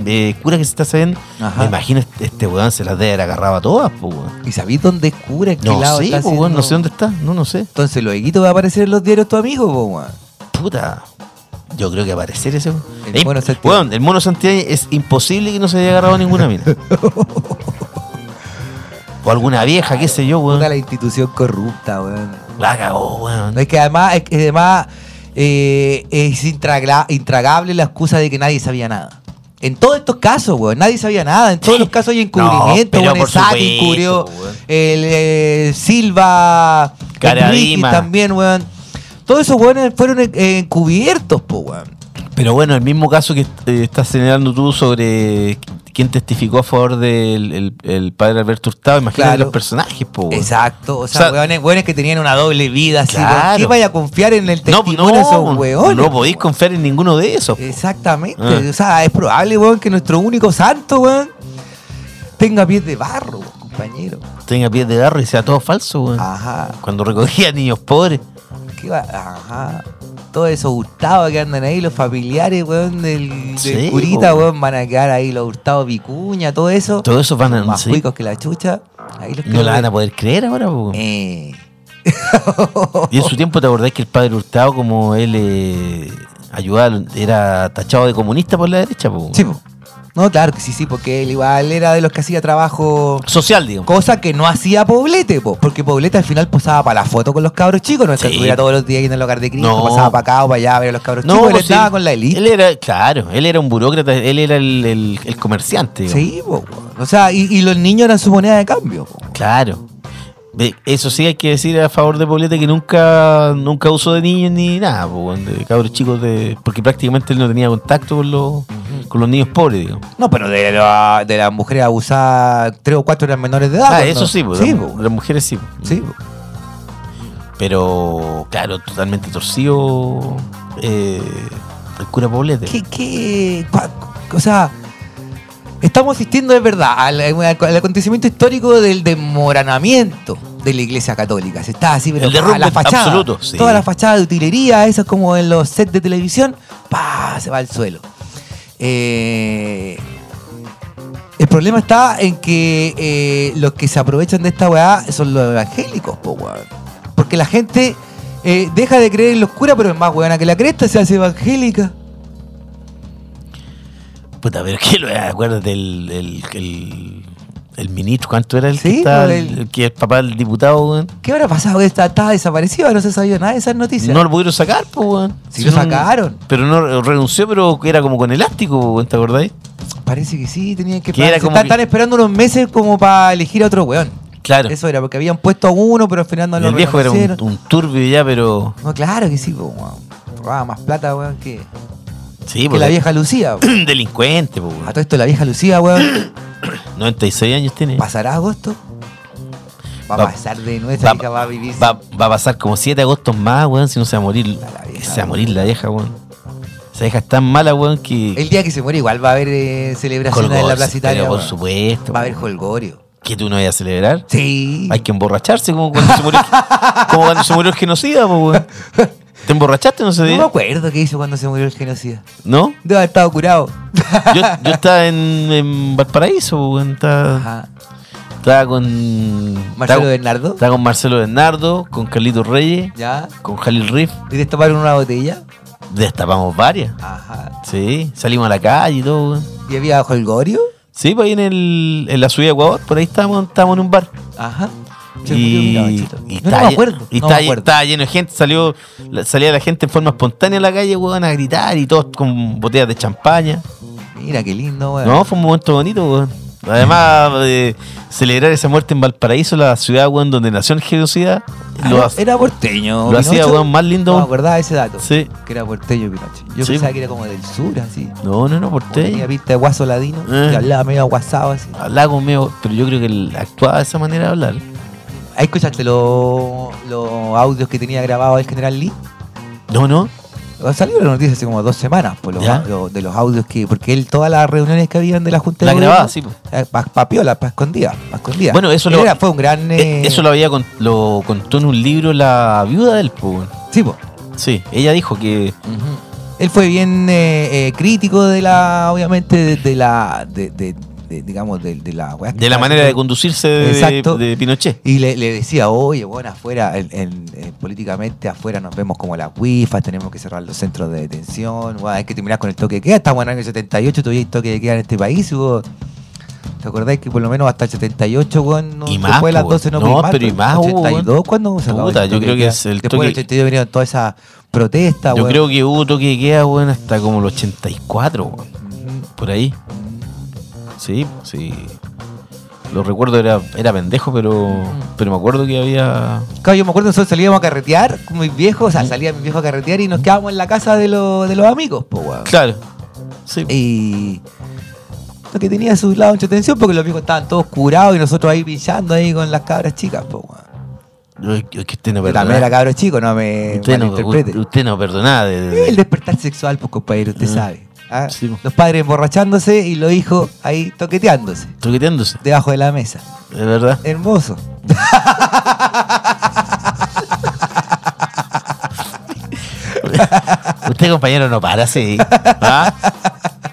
Speaker 1: eh, curas que se está sabiendo,
Speaker 2: Ajá.
Speaker 1: me imagino este- este weón se las debe haber agarrado a todas, po, weón.
Speaker 2: ¿Y sabéis dónde es cura? ¿En qué
Speaker 1: No
Speaker 2: lado
Speaker 1: sé,
Speaker 2: está
Speaker 1: po, weón, no
Speaker 2: haciendo?
Speaker 1: sé dónde está, no, no sé.
Speaker 2: Entonces, los equitos va a aparecer en los diarios tu amigo, po, weón.
Speaker 1: Puta. Yo creo que aparecer ese. weón.
Speaker 2: El
Speaker 1: Es-
Speaker 2: mono Santiago.
Speaker 1: weón, el mono Santiago es imposible que no se haya agarrado ninguna mina. o alguna vieja, qué sé yo,
Speaker 2: Puta
Speaker 1: weón.
Speaker 2: la institución corrupta, weón.
Speaker 1: La cagó, weón.
Speaker 2: No, es que además, es que además eh, es intragla- intragable la excusa de que nadie sabía nada. En todos estos casos, weón, nadie sabía nada. En todos
Speaker 1: Sí.
Speaker 2: los casos hay
Speaker 1: No,
Speaker 2: encubrimiento,
Speaker 1: pero
Speaker 2: weón.
Speaker 1: por
Speaker 2: El SAT
Speaker 1: supuesto,
Speaker 2: encubrió,
Speaker 1: weón.
Speaker 2: el eh, Silva,
Speaker 1: Caradima.
Speaker 2: Enrique también, weón. Todos esos weones fueron eh, encubiertos, po, weón.
Speaker 1: Pero bueno, el mismo caso que eh, estás señalando tú sobre quién testificó a favor del el, el padre Alberto Hurtado, imagínate
Speaker 2: Claro.
Speaker 1: los personajes, po. weón.
Speaker 2: Exacto, o sea,
Speaker 1: O sea,
Speaker 2: weones, weones que tenían una doble vida. así, weón.
Speaker 1: Claro.
Speaker 2: ¿Qué vaya a confiar en el
Speaker 1: No,
Speaker 2: testimonio de
Speaker 1: no,
Speaker 2: esos weones?
Speaker 1: no
Speaker 2: po,
Speaker 1: podéis
Speaker 2: weón? Eh.
Speaker 1: confiar en ninguno de esos. po.
Speaker 2: Exactamente.
Speaker 1: Ah.
Speaker 2: O sea, es probable, weón, que nuestro único santo, weón, tenga pies de barro, weón, compañero.
Speaker 1: Tenga pies de garro y sea todo falso, weón.
Speaker 2: Ajá.
Speaker 1: Cuando recogía niños pobres.
Speaker 2: ¿Qué va? Ajá. Todos esos hurtados que andan ahí, los familiares, weón, del, del
Speaker 1: Sí,
Speaker 2: curita,
Speaker 1: weón.
Speaker 2: weón, van a quedar ahí los hurtados vicuña, todo eso.
Speaker 1: Todo eso van a.
Speaker 2: más
Speaker 1: sí,
Speaker 2: cuicos que la chucha. Ahí los
Speaker 1: no la van a
Speaker 2: queremos
Speaker 1: poder creer ahora, po.
Speaker 2: ver. Eh. oh.
Speaker 1: Y en su tiempo te acordás que el padre Hurtado, como él eh, ayudaba, al- era tachado de comunista por la derecha, po.
Speaker 2: Sí, po. No, claro que sí, sí, porque él igual era de los que hacía trabajo.
Speaker 1: Social, digamos.
Speaker 2: Cosa que no hacía Poblete, po, porque Poblete al final posaba para la foto con los cabros chicos, no es que
Speaker 1: Sí.
Speaker 2: estuviera todos los días aquí en el hogar de Cristo,
Speaker 1: No.
Speaker 2: pasaba para acá o para allá a ver a los cabros chicos, él
Speaker 1: pues
Speaker 2: estaba
Speaker 1: sí.
Speaker 2: con la elite.
Speaker 1: Él era, claro, él era un burócrata, él era el, el- el comerciante. digamos.
Speaker 2: Sí, po, weón. o sea, y, y los niños eran su moneda de cambio. po.
Speaker 1: Claro. Ve, Eso sí hay que decir a favor de Poblete que nunca, nunca usó de niños ni nada, po, weón, de cabros chicos, de, porque prácticamente él no tenía contacto con los, con los niños pobres, digamos.
Speaker 2: No, pero de, la- de las mujeres abusadas, tres o cuatro eran menores de edad.
Speaker 1: Ah,
Speaker 2: pues,
Speaker 1: eso
Speaker 2: ¿no?
Speaker 1: sí, po,
Speaker 2: sí,
Speaker 1: las,
Speaker 2: po.
Speaker 1: las mujeres sí. po.
Speaker 2: Sí, po.
Speaker 1: Pero, claro, totalmente torcido eh, el cura Poblete.
Speaker 2: ¿Qué, qué? cua- O sea, estamos asistiendo de verdad al, al- al acontecimiento histórico del desmoronamiento de la Iglesia Católica. Se está así, pero
Speaker 1: El derrumbe
Speaker 2: a la fachada.
Speaker 1: absoluto, sí.
Speaker 2: Toda la fachada de utilería, eso es como en los sets de televisión, pa, se va al suelo. Eh, el problema está en que eh, los que se aprovechan de esta weá son los evangélicos, po, weón. Porque la gente eh, deja de creer en los curas, pero es más weona que la cresta, se hace evangélica.
Speaker 1: Puta, pero que lo eh, acuérdate del el, el- el ministro, ¿cuánto era el
Speaker 2: Sí, pues,
Speaker 1: que estaba,
Speaker 2: el-
Speaker 1: el que es papá del diputado, weón?
Speaker 2: ¿Qué habrá pasado? Está, está desaparecido, no se sabía nada de esas noticias.
Speaker 1: No lo pudieron sacar, pues, weón.
Speaker 2: Si lo
Speaker 1: no-
Speaker 2: sacaron.
Speaker 1: Pero no renunció, pero era como con elástico, po, weón, ¿te acordáis?
Speaker 2: Parece que sí, tenían que...
Speaker 1: Que
Speaker 2: se
Speaker 1: era
Speaker 2: está-
Speaker 1: como que-
Speaker 2: Están esperando unos meses como para elegir a otro weón.
Speaker 1: Claro.
Speaker 2: Eso era, porque habían puesto a uno, pero al final no
Speaker 1: Y
Speaker 2: lo
Speaker 1: el viejo era un,
Speaker 2: reconocieron.
Speaker 1: un turbio ya, pero.
Speaker 2: No, claro que sí, po, weón. Robaba más plata, weón, que,
Speaker 1: Sí,
Speaker 2: que
Speaker 1: pues.
Speaker 2: la vieja Lucía. po.
Speaker 1: Delincuente, pues,
Speaker 2: A todo esto, la vieja Lucía, weón,
Speaker 1: 96 años tiene. Va,
Speaker 2: ¿pasará agosto? Va a
Speaker 1: Va-
Speaker 2: pasar de nuevo, esa vieja va a vivir...
Speaker 1: va a pasar como 7 agostos más, weón, si no se va a morir.
Speaker 2: La vieja,
Speaker 1: se va a morir la vieja, weón. Esa vieja es tan mala, weón, que.
Speaker 2: El día que se muere igual va a haber eh, celebraciones en la
Speaker 1: Colgó,
Speaker 2: Plaza Italia,
Speaker 1: pero por
Speaker 2: weón.
Speaker 1: supuesto.
Speaker 2: Va a haber
Speaker 1: weón.
Speaker 2: jolgorio.
Speaker 1: ¿Que tú no vayas a celebrar?
Speaker 2: Sí.
Speaker 1: Hay que emborracharse como cuando se murió, como cuando se murió el genocida, po, weón. ¿Te emborrachaste no sé
Speaker 2: No me
Speaker 1: día?
Speaker 2: acuerdo qué hizo cuando se murió el genocida.
Speaker 1: ¿No?
Speaker 2: Debe haber estado curado.
Speaker 1: Yo, yo estaba en, en Valparaíso, po, weón. Estaba,
Speaker 2: Ajá.
Speaker 1: estaba con.
Speaker 2: Marcelo
Speaker 1: estaba-
Speaker 2: Bernardo.
Speaker 1: Estaba con Marcelo Bernardo, con Carlito Reyes,
Speaker 2: Ya.
Speaker 1: con Jalil Riff.
Speaker 2: ¿Y te tomaron una botella?
Speaker 1: Destapamos varias.
Speaker 2: Ajá.
Speaker 1: Sí, salimos a la calle y todo, weón.
Speaker 2: ¿Y había Holgorio?
Speaker 1: Sí, pues ahí en, el, en la subida de Ecuador, por ahí estábamos, estábamos en un bar.
Speaker 2: Ajá. Se murió mi
Speaker 1: Y,
Speaker 2: caballito.
Speaker 1: y
Speaker 2: no, no
Speaker 1: estaba
Speaker 2: me
Speaker 1: lle-
Speaker 2: acuerdo.
Speaker 1: y
Speaker 2: no
Speaker 1: estaba
Speaker 2: me
Speaker 1: lle-
Speaker 2: acuerdo.
Speaker 1: estaba lleno de gente, salió, la- salía la gente en forma espontánea a la calle, weón, a gritar y todos con botellas de champaña.
Speaker 2: Mira qué lindo, weón.
Speaker 1: No, fue un momento bonito, weón. Además de celebrar esa muerte en Valparaíso, la ciudad, weón, donde nació el genocida,
Speaker 2: Ah,
Speaker 1: lo,
Speaker 2: no,
Speaker 1: ha-
Speaker 2: era porteño.
Speaker 1: lo hacía,
Speaker 2: Pinocho.
Speaker 1: weón, más
Speaker 2: No me
Speaker 1: lindo.
Speaker 2: acordaba de ese dato.
Speaker 1: Sí.
Speaker 2: Que era porteño Pinocho. Yo
Speaker 1: Sí.
Speaker 2: pensaba que era como del sur, así.
Speaker 1: No, no, no,
Speaker 2: Como
Speaker 1: porteño.
Speaker 2: Tenía pinta de guaso ladino.
Speaker 1: Eh.
Speaker 2: Que hablaba medio aguasado, así.
Speaker 1: Hablaba conmigo, pero yo creo que él actuaba de esa manera de hablar.
Speaker 2: Ahí escuchaste lo- los audios que tenía grabado el general Lee.
Speaker 1: No, no.
Speaker 2: Salió la noticia hace como dos semanas por los,
Speaker 1: Ya.
Speaker 2: lo- de los audios que. Porque él, todas las reuniones que habían de la Junta
Speaker 1: La
Speaker 2: de
Speaker 1: grababa, sí. pues.
Speaker 2: Gobierno,
Speaker 1: po.
Speaker 2: eh, pa- pa' piola, pa' escondida, pa' escondida.
Speaker 1: Bueno, eso
Speaker 2: Él
Speaker 1: lo-
Speaker 2: era- fue un gran.
Speaker 1: Eh,
Speaker 2: eh,
Speaker 1: Eso lo había con- lo contó en un libro la viuda del po, weón.
Speaker 2: Sí, po.
Speaker 1: Sí, ella dijo que
Speaker 2: Él fue bien eh, eh, crítico de la, obviamente, de, de la, de, de- de- digamos, de, de la weá que
Speaker 1: de la
Speaker 2: estaba
Speaker 1: manera de
Speaker 2: haciendo.
Speaker 1: conducirse de,
Speaker 2: Ah, Exacto.
Speaker 1: de Pinochet.
Speaker 2: Y le, le decía, oye, bueno, afuera, en- en- en- políticamente afuera nos vemos como las WIFAs, tenemos que cerrar los centros de detención, weá, hay que terminar con el toque de queda. Estamos en el año 78, todavía hay toque de queda en este país, weón. ¿Te acordás que por lo menos hasta el 78, weón, no-
Speaker 1: Y más,
Speaker 2: después de las
Speaker 1: po, weón.
Speaker 2: 12 no,
Speaker 1: No,
Speaker 2: podía
Speaker 1: pero y más,
Speaker 2: ¿El 82 cuando se acabó
Speaker 1: Puta,
Speaker 2: el
Speaker 1: yo
Speaker 2: toque
Speaker 1: creo
Speaker 2: de
Speaker 1: que
Speaker 2: queda?
Speaker 1: es el
Speaker 2: Después del
Speaker 1: toque-
Speaker 2: 82 vinieron todas esas protestas,
Speaker 1: Yo
Speaker 2: weón.
Speaker 1: creo que hubo toque de queda, weón, hasta como el 84, weón.
Speaker 2: Mm,
Speaker 1: Por ahí. Sí, sí. Lo recuerdo, era, era pendejo, pero,
Speaker 2: Mm.
Speaker 1: pero me acuerdo que había.
Speaker 2: Claro, yo me acuerdo, nosotros salíamos a carretear con mis viejos, o sea, salía mi viejo a carretear y nos quedábamos en la casa de, los- de los amigos, po, weón.
Speaker 1: Claro. Sí.
Speaker 2: Eh, Y. Lo que tenía su lado de entretención porque los viejos estaban todos curados y nosotros ahí pillando ahí con las cabras chicas, po, weón.
Speaker 1: Yo- yo- que usted no
Speaker 2: Yo también era
Speaker 1: perdonaba.
Speaker 2: cabro chico, no me
Speaker 1: Usted no,
Speaker 2: malinterprete.
Speaker 1: u- usted no perdonaba. de- de- de-
Speaker 2: El despertar sexual, pues, compañero, usted
Speaker 1: Ah,
Speaker 2: sabe. ¿ah?
Speaker 1: sí, pues. po.
Speaker 2: Los padres emborrachándose y los hijos ahí toqueteándose
Speaker 1: toqueteándose,
Speaker 2: debajo de la mesa.
Speaker 1: de verdad.
Speaker 2: Hermoso.
Speaker 1: Usted, compañero, no para, sí. ¿Ah?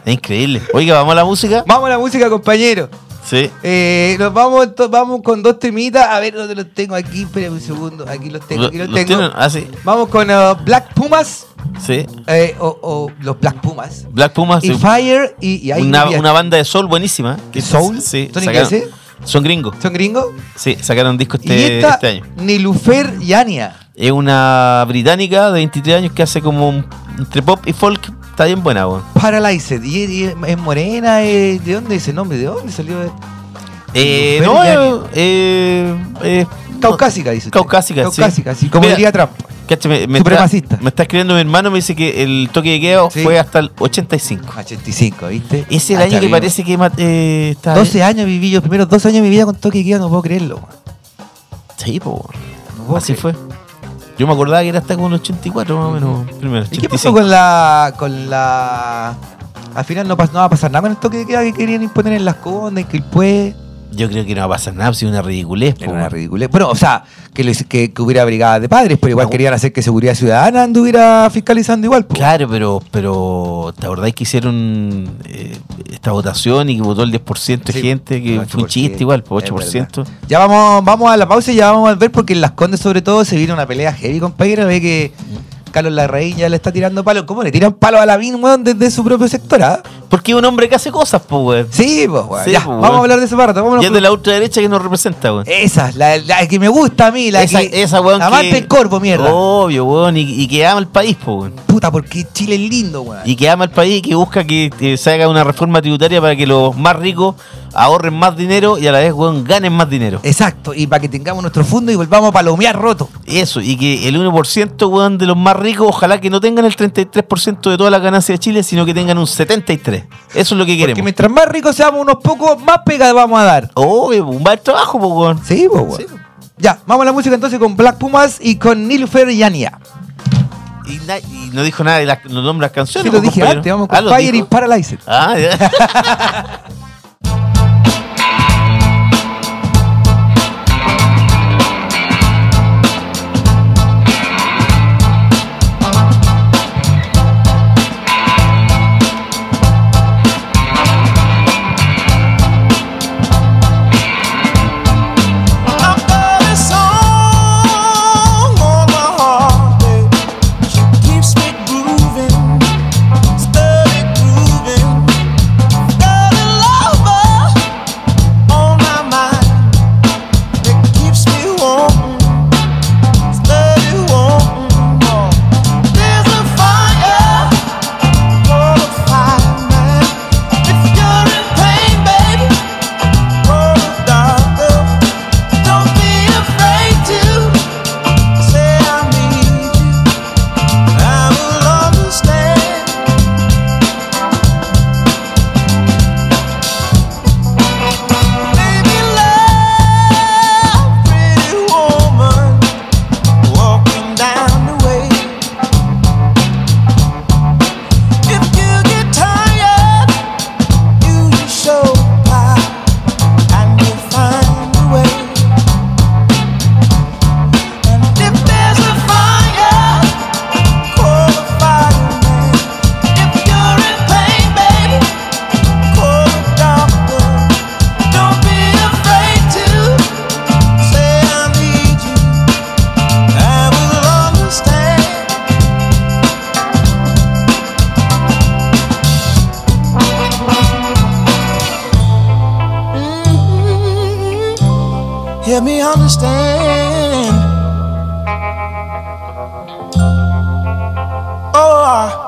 Speaker 1: Es increíble. Oiga, vamos a la música.
Speaker 2: Vamos a la música, compañero.
Speaker 1: Sí.
Speaker 2: Eh, nos vamos, ento- vamos con dos temitas. A ver dónde los tengo aquí. Espérame un segundo. Aquí los tengo.
Speaker 1: Lo-
Speaker 2: Aquí los
Speaker 1: los
Speaker 2: tengo.
Speaker 1: tienen- ah, sí.
Speaker 2: Vamos con uh, Black Pumas.
Speaker 1: Sí.
Speaker 2: eh, o, o los Black Pumas.
Speaker 1: Black Pumas.
Speaker 2: Y
Speaker 1: Ah, sí.
Speaker 2: Fire y, y ahí
Speaker 1: una,
Speaker 2: había-
Speaker 1: una banda de soul buenísima. Que
Speaker 2: ¿Soul?
Speaker 1: Sí.
Speaker 2: ¿Son
Speaker 1: sacaron-
Speaker 2: ingleses?
Speaker 1: Son gringos.
Speaker 2: son gringos.
Speaker 1: Sí, sacaron disco
Speaker 2: y
Speaker 1: este,
Speaker 2: esta,
Speaker 1: este año.
Speaker 2: Nilufer Yania.
Speaker 1: Es una británica de 23 años que hace como un- entre pop y folk. Está bien buena, weón.
Speaker 2: Paralyzed. Y, y es- es morena. eh, ¿De dónde es ese nombre? ¿De dónde salió?
Speaker 1: Eh,
Speaker 2: Nilufer
Speaker 1: no,
Speaker 2: Yania.
Speaker 1: eh, eh, eh, no.
Speaker 2: Caucásica, dice usted.
Speaker 1: Caucásica, sí.
Speaker 2: Caucásica, sí. Como
Speaker 1: Mira,
Speaker 2: diría Trump.
Speaker 1: Cacha, me, me
Speaker 2: Supremacista.
Speaker 1: Está, me está escribiendo mi hermano, me dice que el toque de queda
Speaker 2: Sí.
Speaker 1: fue hasta el 85.
Speaker 2: 85, ¿viste?
Speaker 1: Ese es el
Speaker 2: Ah,
Speaker 1: año que
Speaker 2: chavivo.
Speaker 1: parece que ma- eh, está.
Speaker 2: 12 años viví yo, primeros 12 años de mi vida con toque de queda, no puedo creerlo. man.
Speaker 1: Sí, po, weón.
Speaker 2: No puedo
Speaker 1: Así
Speaker 2: creer.
Speaker 1: fue. Yo me acordaba que era hasta como el 84 más o menos. Primero,
Speaker 2: ¿Y qué pasó
Speaker 1: 85.
Speaker 2: con la. con la. Al final no, pas- no va a pasar nada con el toque de queda que querían imponer en las condes, que el puede.
Speaker 1: Yo creo que no va a pasar nada, pues, si es una ridiculez. po,
Speaker 2: Era una
Speaker 1: weón.
Speaker 2: ridiculez. Bueno, o sea, que, lo hice- que, que hubiera brigadas de padres, pero igual querían hacer que seguridad ciudadana anduviera fiscalizando igual. po.
Speaker 1: Claro, pero, pero ¿te acordáis que hicieron eh, esta votación y que votó el 10% de
Speaker 2: Sí,
Speaker 1: gente? Que
Speaker 2: el
Speaker 1: fue
Speaker 2: 8%,
Speaker 1: un chiste igual, por
Speaker 2: es
Speaker 1: 8%.
Speaker 2: Ya vamos, vamos a la pausa y ya vamos a ver porque en Las Condes sobre todo se viene una pelea heavy, compañero. Ve que Carlos Larraín ya le está tirando palos. ¿Cómo le tiran palos a la BIN, weón, desde su propio sector? ah?
Speaker 1: Porque es un hombre que hace cosas, pues, weón.
Speaker 2: Sí, pues, weón.
Speaker 1: Sí,
Speaker 2: ya,
Speaker 1: po,
Speaker 2: vamos
Speaker 1: weón.
Speaker 2: a hablar de ese parto. Vámonos
Speaker 1: Y es
Speaker 2: con-
Speaker 1: de la ultraderecha que nos representa, weón.
Speaker 2: Esa, la, la que me gusta a mí, la
Speaker 1: esa,
Speaker 2: que...
Speaker 1: esa weón
Speaker 2: la
Speaker 1: que- Oh.
Speaker 2: Amante el corvo, mierda.
Speaker 1: Obvio, weón. Y, y que ama el país, pues, weón.
Speaker 2: Puta, porque Chile es lindo, weón.
Speaker 1: Y que ama el país y que busca que, eh, se haga una reforma tributaria para que los más ricos ahorren más dinero y a la vez, weón, ganen más dinero.
Speaker 2: Exacto, y para que tengamos nuestro fondo y volvamos a palomear roto.
Speaker 1: Eso, y que el 1% weón, de los más ricos, ojalá que no tengan el 33% de todas las ganancias de Chile, sino que tengan un 73%. Eso es lo que
Speaker 2: Porque
Speaker 1: queremos.
Speaker 2: mientras más ricos seamos unos pocos, más pegas vamos a dar.
Speaker 1: Obvio, un mal trabajo, po, weón.
Speaker 2: Sí, po, weón.
Speaker 1: Sí.
Speaker 2: Ya, vamos a la música entonces con Black Pumas y con Nilufer Yania.
Speaker 1: Y, na- y no dijo nada de las- los nombres de las
Speaker 2: Sí,
Speaker 1: canciones.
Speaker 2: lo
Speaker 1: po,
Speaker 2: dije
Speaker 1: compañero.
Speaker 2: antes, vamos
Speaker 1: Ah,
Speaker 2: con
Speaker 1: ¿lo
Speaker 2: Fire y
Speaker 1: dijo?
Speaker 2: Paralyzer.
Speaker 1: Ah, ya.
Speaker 3: I've got a song on my heart that keeps me grooving. help me understand. Oh, I-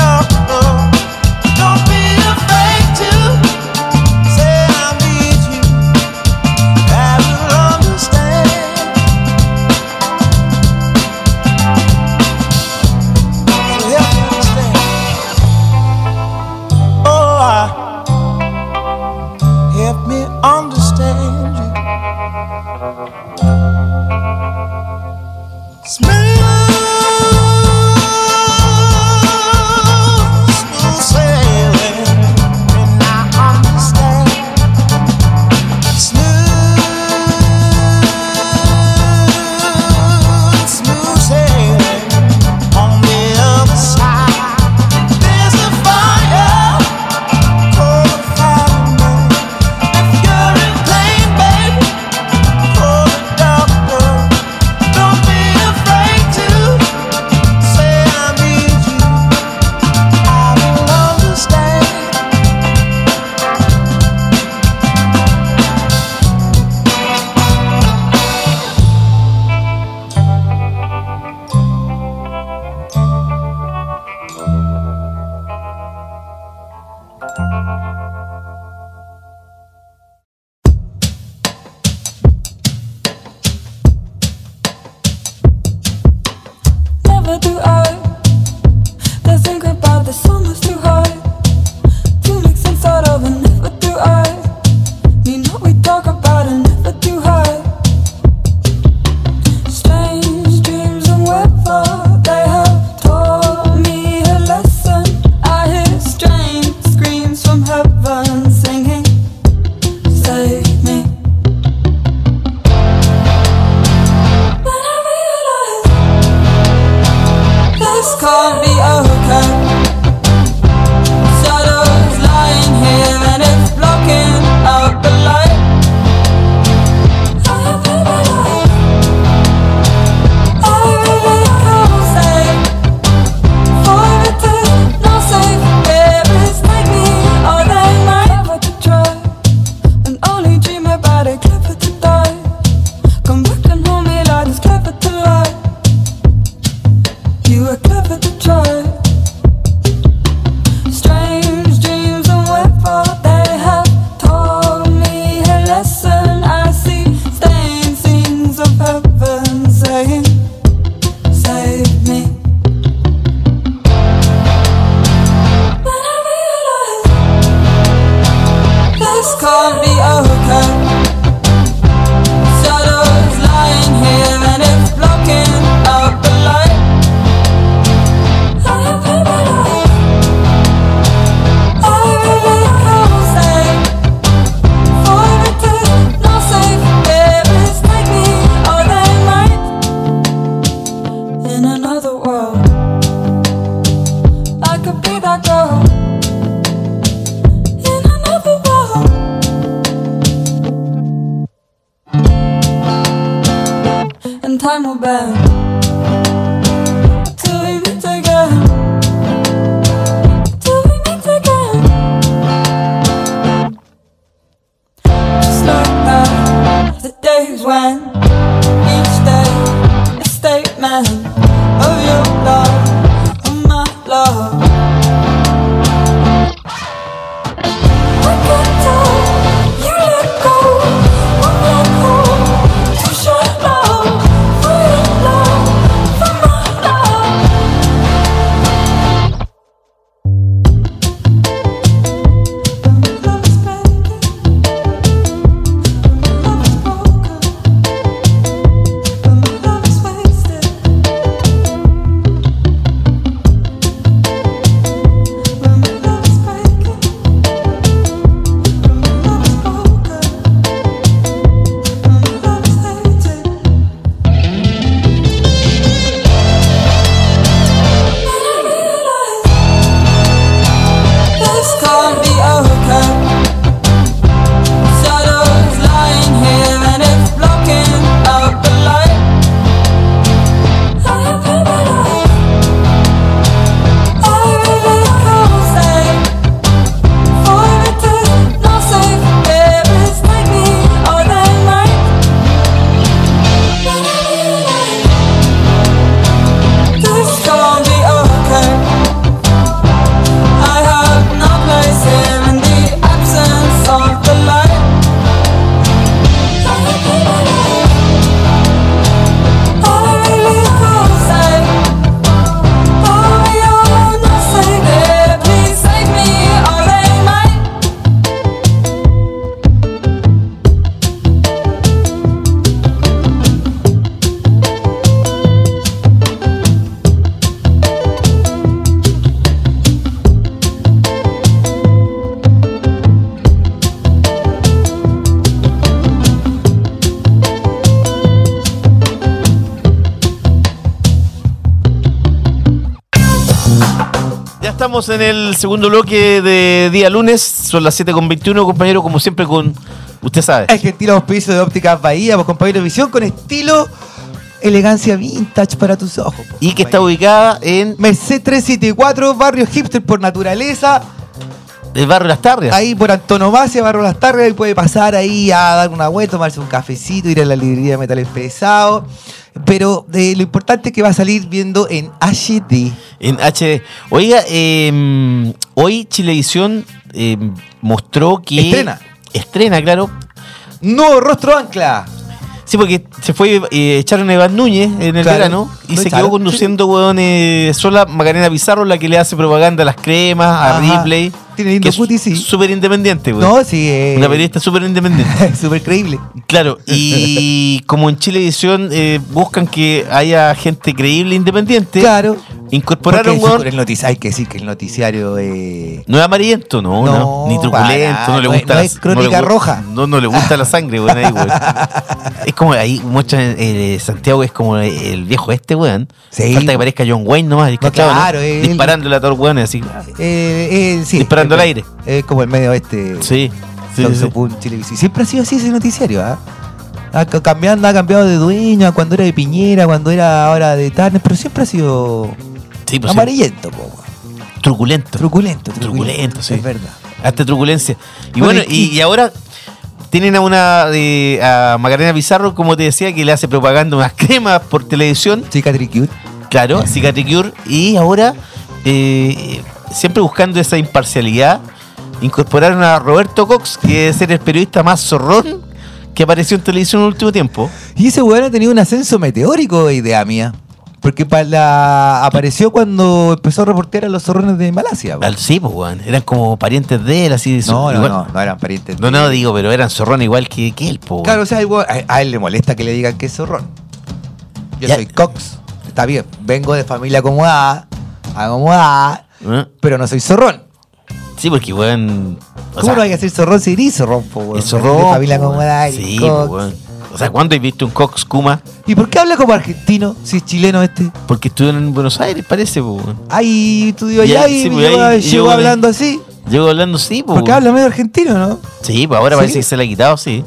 Speaker 3: uh. Don't be afraid to Say I need you, I will understand. So help me understand. Oh, I help me understand you. Smooth, smooth sailing, when I understand. Smooth, smooth sailing on the other side. There's a fire, cold fire, and fury flame, baby. Call the doctor. Don't be afraid to say I need you. I will understand.
Speaker 4: Never do I not think about the summers too high to make sense out of. And never do I mean what we talk about. And never do I strange dreams and weather they have taught me a lesson. I hear strange screams from heaven singing, save me. Then I realize. This can't be okay. Shadows lying here and it's blocking out the light. I realize, I realize I'm safe. For it is not safe. There is take me all day night. Never to try and only dream about it. Clever to die. Come back and hold me like it's clever to lie. You were clever to try. Strange dreams and weather they have taught me a lesson. I see stained scenes of heaven saying, Save me. Then I realize this can't be okay. Shadows lying here and it's blocking out the light. I Time will bend till we meet again. Till we meet again. Just like that, the days when each day a statement of your love, of my love. I can tell you let go, won't let go. Too short love, for your love, for my love. Love is
Speaker 1: estamos en el segundo bloque de día lunes. Son las 7.21, compañero, como siempre con... Usted sabe.
Speaker 2: El gentil auspicio de Ópticas Bahía, pues compañero Visión, con estilo, elegancia vintage para tus ojos. pues,
Speaker 1: Y que está
Speaker 2: compañero.
Speaker 1: ubicada en
Speaker 2: Merced 374, barrio hipster por naturaleza,
Speaker 1: el barrio Las Tarrias.
Speaker 2: ahí por antonomasia, barrio Las Tardes, ahí puede pasar ahí a dar una vuelta, tomarse un cafecito, ir a la librería de metales pesados. Pero eh, lo importante es que va a salir viendo en HD.
Speaker 1: En HD. Oiga, eh, hoy Chilevisión eh, mostró que...
Speaker 2: Estrena.
Speaker 1: Estrena, claro.
Speaker 2: Nuevo rostro ancla.
Speaker 1: Sí, porque se fue, eh, echaron a Iván Núñez en el
Speaker 2: Claro.
Speaker 1: verano y
Speaker 2: Lo
Speaker 1: se
Speaker 2: echaron,
Speaker 1: quedó conduciendo, weón, eh, sola Macarena Pizarro, la que le hace propaganda a las cremas, a
Speaker 2: Ajá.
Speaker 1: Ripley.
Speaker 2: Tiene lindo
Speaker 1: que es
Speaker 2: cutis, sí.
Speaker 1: Súper independiente, weón.
Speaker 2: No, sí, eh,
Speaker 1: Una periodista súper independiente.
Speaker 2: súper creíble.
Speaker 1: Claro, y como en Chilevisión eh, buscan que haya gente creíble e independiente,
Speaker 2: Claro.
Speaker 1: incorporaron,
Speaker 2: Porque
Speaker 1: weón,
Speaker 2: el notici- hay que decir que el noticiario eh,
Speaker 1: No es amarillento, no, no,
Speaker 2: No,
Speaker 1: ni
Speaker 2: para
Speaker 1: truculento, no
Speaker 2: nada,
Speaker 1: le
Speaker 2: no es-
Speaker 1: gusta
Speaker 2: no
Speaker 1: la-
Speaker 2: es crónica
Speaker 1: le gu-
Speaker 2: roja.
Speaker 1: No, no le gusta la sangre, weón, ahí, weón. Es como ahí muestran eh, Santiago es como el viejo este, weón.
Speaker 2: Sí.
Speaker 1: Falta que parezca John Wayne nomás, descachado, ¿no?
Speaker 2: claro, él-
Speaker 1: disparándole a todos los weones así.
Speaker 2: Eh, eh, sí,
Speaker 1: Disparando
Speaker 2: es-
Speaker 1: al aire.
Speaker 2: Es como el medio este.
Speaker 1: Sí. sí,
Speaker 2: Lo
Speaker 1: sí,
Speaker 2: que
Speaker 1: sí.
Speaker 2: supo en Chilevisión. Siempre ha sido así ese noticiario, ¿ah? Ha ca- cambiando, ha cambiado de dueño, cuando era de Piñera, cuando era ahora de Tarnes, pero siempre ha sido
Speaker 1: Sí, pues, sí.
Speaker 2: amarillento, po, weón.
Speaker 1: truculento.
Speaker 2: truculento,
Speaker 1: Truculento, sí.
Speaker 2: Es verdad.
Speaker 1: Hasta truculencia. Y
Speaker 2: Bueno,
Speaker 1: bueno,
Speaker 2: y-
Speaker 1: y, y ahora tienen a una de, a Macarena Pizarro, como te decía, que le hace propaganda unas cremas por televisión.
Speaker 2: Chica Triquiut.
Speaker 1: Claro, Cicatricure. Y ahora, eh, siempre buscando esa imparcialidad, incorporaron a Roberto Cox, que es el periodista más zorrón que apareció en televisión en el último tiempo.
Speaker 2: Y ese weón ha tenido un ascenso meteórico, idea mía. Porque para la... apareció cuando empezó a reportear a los zorrones de Malasia. po.
Speaker 1: Al sí, pues, weón. Eran como parientes de él, así.
Speaker 2: No, no,
Speaker 1: igual-
Speaker 2: no, no eran parientes.
Speaker 1: No, no, digo, pero eran zorrón igual que, que él, pues.
Speaker 2: Claro, o sea, el weón- a, a él le molesta que le digan que es zorrón. Yo
Speaker 1: Ya.
Speaker 2: soy Cox. Está bien, vengo de familia acomodada, acomodada, pero no soy zorrón.
Speaker 1: ¿Eh? Sí, porque, weón. o
Speaker 2: ¿Cómo
Speaker 1: sea,
Speaker 2: no hay que decir zorrón si eres zorrón, po, weón?
Speaker 1: el zorrón.
Speaker 2: De
Speaker 1: po,
Speaker 2: familia
Speaker 1: weón.
Speaker 2: acomodada, eres
Speaker 1: Sí,
Speaker 2: Cox.
Speaker 1: pues, weón. O sea, ¿cuándo has visto un Cox Kuma?
Speaker 2: ¿Y por qué habla como argentino si es chileno este?
Speaker 1: Porque estuvieron en Buenos Aires, parece, pues. weón.
Speaker 2: Ay, estudió
Speaker 1: Ya,
Speaker 2: allá y
Speaker 1: sí, pues,
Speaker 2: llegó,
Speaker 1: ahí-
Speaker 2: llegó
Speaker 1: llegó-
Speaker 2: hablando así.
Speaker 1: Llego hablando, sí, pues.
Speaker 2: Porque
Speaker 1: weón.
Speaker 2: habla medio argentino, ¿no?
Speaker 1: Sí, pues ahora
Speaker 2: ¿Sí?
Speaker 1: parece que se la ha quitado, sí.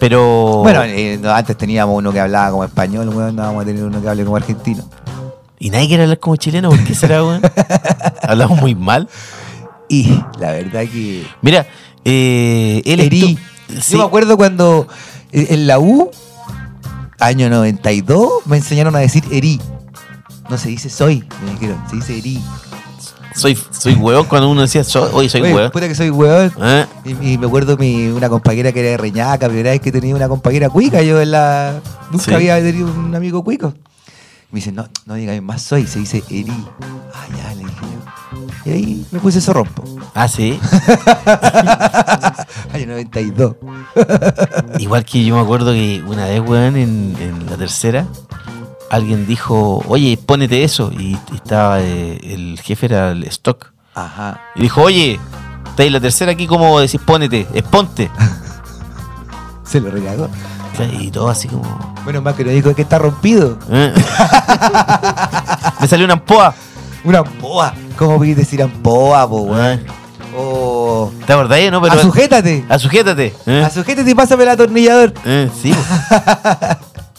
Speaker 1: Pero.
Speaker 2: Bueno, eh, no, antes teníamos uno que hablaba como español, weón, no vamos a tener uno que hable como argentino.
Speaker 1: Y nadie quiere hablar como chileno, ¿por qué será, weón? Hablamos muy mal.
Speaker 2: Y la verdad que...
Speaker 1: Mira, eh, él
Speaker 2: Herí.
Speaker 1: estu- sí,
Speaker 2: Yo me acuerdo cuando eh, en la U, año 92, me enseñaron a decir herí. No se dice soy, me dijeron, se dice herí.
Speaker 1: soy, soy huevón cuando uno decía, soy, oye, soy
Speaker 2: Oye, pues.
Speaker 1: huevón.
Speaker 2: Puta que soy huevón.
Speaker 1: Ah,
Speaker 2: Y, y me acuerdo mi, una compañera que era de Reñaca, primera vez que tenía una compañera cuica, yo en la. Nunca
Speaker 1: Sí.
Speaker 2: había tenido un amigo cuico. Me dice, no, no digas más soy, se dice herí. Ah, ya, le dije yo. Y ahí me puse eso rompo.
Speaker 1: ah, sí.
Speaker 2: Año 92.
Speaker 1: Igual que yo me acuerdo que una vez, weón, en, en la tercera, alguien dijo, oye, ponete eso. Y, y estaba, eh, el jefe era el stock.
Speaker 2: Ajá.
Speaker 1: Y dijo, oye, estáis la tercera aquí, ¿cómo decís ponete? Es ponte.
Speaker 2: Se lo regaló.
Speaker 1: Y todo así como.
Speaker 2: Menos mal que no dijo que está rompido.
Speaker 1: Eh. Me salió una ampoa.
Speaker 2: Una ampoa. ¿Cómo voy a decir ampoa, po, weón? O.
Speaker 1: ¿Te acordáis, Ah. no? Pero,
Speaker 2: Asujétate.
Speaker 1: Asujétate. Eh,
Speaker 2: Asujétate y pásame el atornillador.
Speaker 1: eh, sí.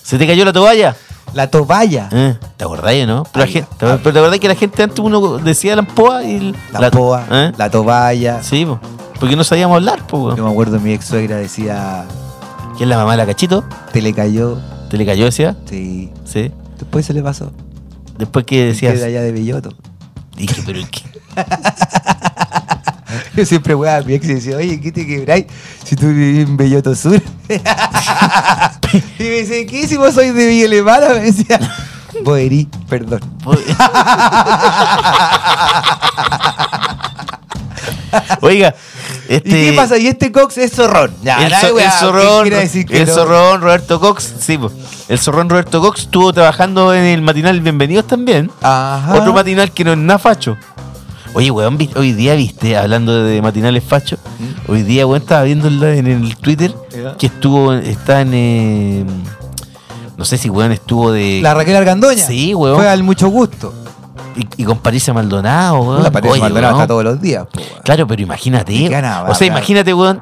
Speaker 1: ¿Se te cayó la toalla?
Speaker 2: La toballa.
Speaker 1: Eh, ¿Te acordáis, no? Pero, la
Speaker 2: Ay,
Speaker 1: gente- te- pero te acordáis que la gente antes uno decía la ampoa y el-
Speaker 2: La ampoa.
Speaker 1: eh,
Speaker 2: La toballa.
Speaker 1: Sí, po. porque no sabíamos hablar, po, weón.
Speaker 2: Yo me acuerdo, mi ex suegra decía,
Speaker 1: Que es la mamá de la cachito.
Speaker 2: te le cayó.
Speaker 1: Te le cayó, decía.
Speaker 2: Sí.
Speaker 1: Sí.
Speaker 2: Después se le pasó.
Speaker 1: Después que decías.
Speaker 2: de allá de Belloto.
Speaker 1: Dije, pero ¿y qué?
Speaker 2: Yo siempre voy a mi ex y decía, oye, ¿qué te quebráis si tú vivís en Belloto Sur? y me dice, ¿qué si vos sois de Villa Alemana? Me decía, vos herís, perdón.
Speaker 1: Oiga, este.
Speaker 2: ¿Y qué pasa? Y este Cox es zorrón. Ya,
Speaker 1: el,
Speaker 2: la
Speaker 1: zo- el
Speaker 2: weá, ¿qué
Speaker 1: zorrón,
Speaker 2: quiere decir que
Speaker 1: el
Speaker 2: no?
Speaker 1: zorrón Roberto Cox, sí, po. el zorrón Roberto Cox estuvo trabajando en el matinal Bienvenidos también.
Speaker 2: Ajá.
Speaker 1: Otro matinal que no es nada facho. Oye, weón, vi- hoy día viste, hablando de matinales facho,
Speaker 2: ¿Mm?
Speaker 1: hoy día, weón, estaba viendo en, la- en el Twitter que estuvo, está en. eh, no sé si, weón, estuvo de.
Speaker 2: La Raquel Argandoña.
Speaker 1: Sí, weón.
Speaker 2: Fue al mucho gusto.
Speaker 1: y, y con Patricia Maldonado, weón.
Speaker 2: La Patricia
Speaker 1: Oye,
Speaker 2: Maldonado
Speaker 1: weón.
Speaker 2: está todos los días. po, weón.
Speaker 1: Claro, pero imagínate.
Speaker 2: Y gana,
Speaker 1: o sea,
Speaker 2: gana.
Speaker 1: imagínate, weón.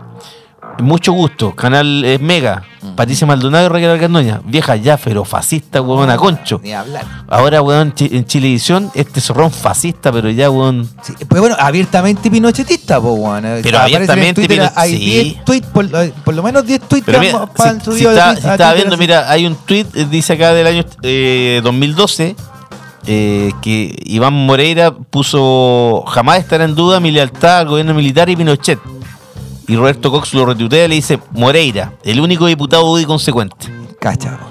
Speaker 1: Mucho gusto. Canal eh, Mega. Patricia Maldonado y Raquel Argandoña. Vieja ya, pero fascista, weón, a concho.
Speaker 2: Ni hablar.
Speaker 1: Ahora, weón, chi- en Chilevisión, este zorrón fascista, pero ya, weón.
Speaker 2: Sí, pues bueno, abiertamente pinochetista, po, weón. Eh,
Speaker 1: Pero
Speaker 2: aparecen en
Speaker 1: abiertamente
Speaker 2: Twitter,
Speaker 1: pino-
Speaker 2: Hay
Speaker 1: sí.
Speaker 2: 10 tweets, por, hay por lo menos 10 tweets
Speaker 1: Pero
Speaker 2: que
Speaker 1: mira,
Speaker 2: han-
Speaker 1: si,
Speaker 2: han
Speaker 1: si
Speaker 2: subido
Speaker 1: está-
Speaker 2: a-
Speaker 1: si
Speaker 2: a
Speaker 1: estaba
Speaker 2: Twitter
Speaker 1: viendo,
Speaker 2: así.
Speaker 1: mira, hay un tweet, dice acá del año eh, 2012, eh, que Iván Moreira puso, jamás estará en duda mi lealtad al gobierno militar y Pinochet. Y Roberto Cox lo retuitea y le dice, Moreira, el único diputado hoy consecuente.
Speaker 2: Cacha, po.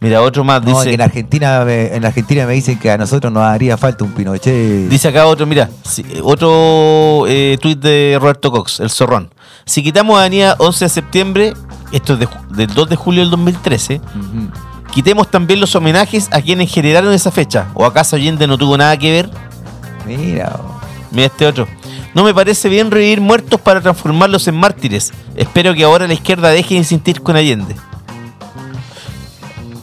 Speaker 1: Mira, otro más
Speaker 2: No,
Speaker 1: dice...
Speaker 2: que en Argentina, me, en la Argentina me dicen que a nosotros nos haría falta un Pinochet.
Speaker 1: Dice acá otro, mira, si- otro eh, tuit de Roberto Cox, el zorrón. Si quitamos Avenida 11 de septiembre, esto es de ju- del 2 de julio del 2013, quitemos también los homenajes a quienes generaron esa fecha. ¿O acaso Allende no tuvo nada que ver?
Speaker 2: Mira, po.
Speaker 1: Mira este otro. No me parece bien revivir muertos para transformarlos en mártires. Espero que ahora la izquierda deje de insistir con Allende.
Speaker 2: No,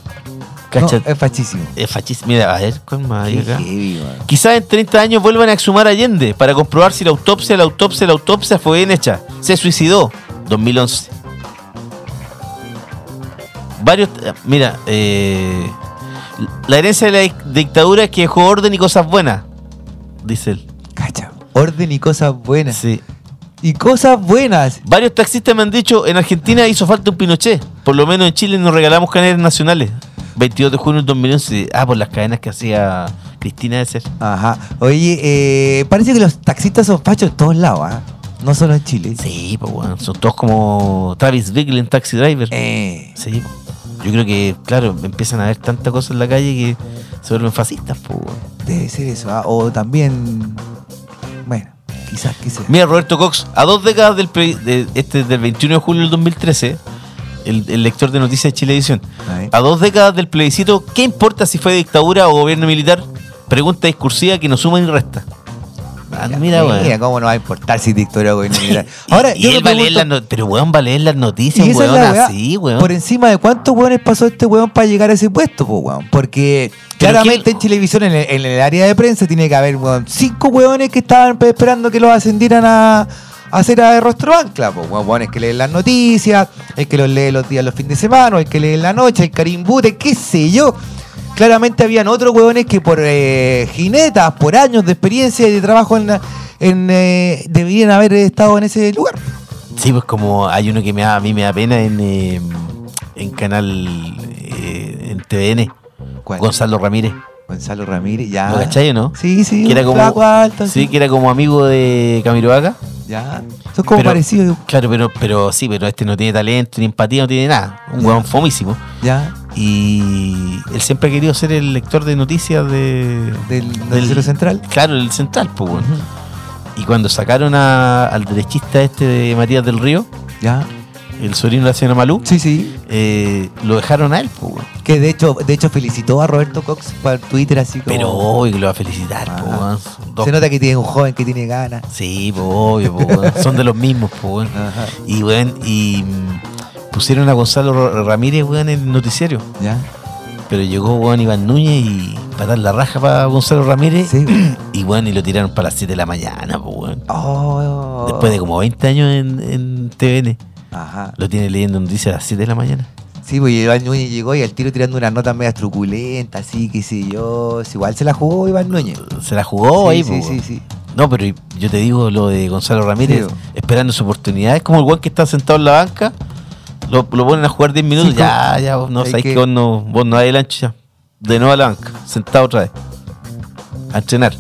Speaker 1: Cacha,
Speaker 2: es fachísimo.
Speaker 1: eh, fachis- Mira, a ver, ¿cuál más hay
Speaker 2: Qué
Speaker 1: acá?
Speaker 2: heavy, weón.
Speaker 1: Quizás en 30 años vuelvan a exhumar a Allende para comprobar si la autopsia, la autopsia, la autopsia fue bien hecha. Se suicidó. 2011. Varios. eh, Mira, eh, la herencia de la dic- dictadura es que dejó orden y cosas buenas, dice él.
Speaker 2: Cacha. Orden y cosas buenas.
Speaker 1: Sí.
Speaker 2: Y cosas buenas.
Speaker 1: Varios taxistas me han dicho: en Argentina hizo falta un Pinochet. Por lo menos en Chile nos regalamos cadenas nacionales. 22 de junio del 2011. Ah, por las cadenas que hacía Cristina de ser.
Speaker 2: Ajá. Oye, eh, parece que los taxistas son fachos en todos lados, ¿ah? No solo en Chile.
Speaker 1: Sí, pues weón, son todos como Travis Bickle en Taxi Driver.
Speaker 2: Eh,
Speaker 1: Sí, po. yo creo que, claro, empiezan a ver tanta cosa en la calle que se vuelven fascistas, pues weón.
Speaker 2: debe ser eso, ¿ah? O también. Bueno, quizás, quizás.
Speaker 1: Mira, Roberto Cox, a dos décadas del, pre- de- este, del 21 de julio del 2013, el, el lector de noticias de Chilevisión,
Speaker 2: Ahí.
Speaker 1: a dos décadas del plebiscito, ¿qué importa si fue dictadura o gobierno militar? Pregunta discursiva que no suma ni resta. Ah, mira, weón.
Speaker 2: Mira, cómo no va a importar si dictadura o gobierno militar. Ahora,
Speaker 1: y
Speaker 2: yo
Speaker 1: él
Speaker 2: me
Speaker 1: va a leer
Speaker 2: pregunto,
Speaker 1: las no- pero weón va a leer las noticias,
Speaker 2: y esa es
Speaker 1: weón,
Speaker 2: la weá,
Speaker 1: así, weón.
Speaker 2: Por encima de cuántos hueones pasó este hueón para llegar a ese puesto, po, hueón. Porque
Speaker 1: Pero
Speaker 2: claramente
Speaker 1: quién-
Speaker 2: en televisión, en el, en el área de prensa, tiene que haber, hueón, cinco hueones que estaban pe- esperando que los ascendieran a. a ser a de rostro ancla, po, hueón. Hueones que leen las noticias, el que los lee los días, los fines de semana, o el que lee en la noche, el carimbute, qué sé yo. Claramente habían otros hueones que por eh, jinetas, por años de experiencia y de trabajo en, la- en eh, deberían haber estado en ese lugar.
Speaker 1: Sí, pues como hay uno que me da- a mí me da pena en, eh, en canal eh, en TVN,
Speaker 2: ¿Cuál?
Speaker 1: Gonzalo Ramírez.
Speaker 2: Gonzalo Ramírez, ya.
Speaker 1: ¿Lo cachai o no?
Speaker 2: Ah. Sí, sí,
Speaker 1: Que era
Speaker 2: un
Speaker 1: como,
Speaker 2: flaco alto,
Speaker 1: sí,
Speaker 2: sí.
Speaker 1: que era como amigo de Camiroaga.
Speaker 2: Ya. Son como
Speaker 1: Pero-
Speaker 2: parecidos.
Speaker 1: Claro, pero, pero sí, pero este no tiene talento, ni empatía, no tiene nada. Un huevón fomísimo.
Speaker 2: Ya.
Speaker 1: Y él siempre ha querido ser el lector de noticias de,
Speaker 2: Del noticiero central.
Speaker 1: Claro, el central, pues, weón. Y cuando sacaron a- al derechista este de Matías del Río,
Speaker 2: Ya.
Speaker 1: el sobrino de la señora Malú,
Speaker 2: Sí, sí.
Speaker 1: eh, lo dejaron a él, pues, weón.
Speaker 2: Que de hecho, de hecho felicitó a Roberto Cox por Twitter así como.
Speaker 1: Pero obvio que lo va a felicitar,
Speaker 2: Ah.
Speaker 1: po, weón. Son dos-
Speaker 2: Se nota que tiene un joven que tiene ganas.
Speaker 1: Sí, po, obvio, po, weón. son de los mismos, po, weón.
Speaker 2: Ajá.
Speaker 1: Y weón, y mm, pusieron a Gonzalo Ro- Ramírez, weón, en el noticiero.
Speaker 2: Ya.
Speaker 1: Pero llegó, weón, Iván Núñez y patar la raja para Gonzalo Ramírez.
Speaker 2: Sí. güey.
Speaker 1: Y weón, y lo tiraron para las 7 de la mañana, po, weón.
Speaker 2: Oh.
Speaker 1: Después de como 20 años en, en TVN,
Speaker 2: Ajá.
Speaker 1: lo tiene leyendo noticias a las 7 de la mañana.
Speaker 2: Sí, pues Iván Núñez llegó y al tiro tirando unas notas medias truculentas, así, qué sé yo. Igual se la jugó Iván Núñez.
Speaker 1: Se la jugó Oh, ahí, pues,
Speaker 2: sí,
Speaker 1: po,
Speaker 2: sí,
Speaker 1: weón.
Speaker 2: sí, sí.
Speaker 1: No, pero yo te digo lo de Gonzalo Ramírez,
Speaker 2: Sí, bo.
Speaker 1: esperando su oportunidad. Es como el guan que está sentado en la banca, lo, lo ponen a jugar 10 minutos,
Speaker 2: Sí,
Speaker 1: ya, ya, vos no
Speaker 2: Hay
Speaker 1: sabés que,
Speaker 2: que-
Speaker 1: vos no, vos no adelante ya. De nuevo a la banca, sentado otra vez, a entrenar.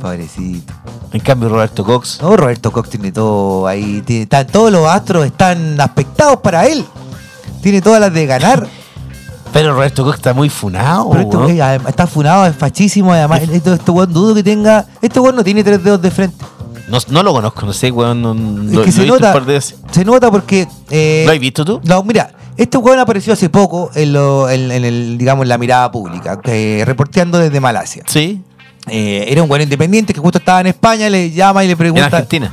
Speaker 2: Pobrecito.
Speaker 1: En cambio, Roberto Cox,
Speaker 2: No, Roberto Cox tiene todo ahí. Tiene, está- todos los astros están aspectados para él. Tiene todas las de ganar.
Speaker 1: pero Roberto Cox está muy funado.
Speaker 2: Pero esto,
Speaker 1: weón.
Speaker 2: eh, además, está funado, es fachísimo. Además, esto, este weón dudo que tenga. Este weón no tiene tres dedos de frente.
Speaker 1: no, no lo conozco, no sé, weón. No,
Speaker 2: Es
Speaker 1: lo,
Speaker 2: que se
Speaker 1: lo he visto un
Speaker 2: nota.
Speaker 1: par de veces.
Speaker 2: Se nota porque. eh,
Speaker 1: ¿Lo has visto tú?
Speaker 2: no, mira, este weón apareció hace poco en, lo- en- en el, digamos, en la mirada pública, eh, reporteando desde Malasia.
Speaker 1: Sí,
Speaker 2: Eh, era un weón independiente que justo estaba en España, le llama y le
Speaker 1: en
Speaker 2: pregunta.
Speaker 1: Argentina.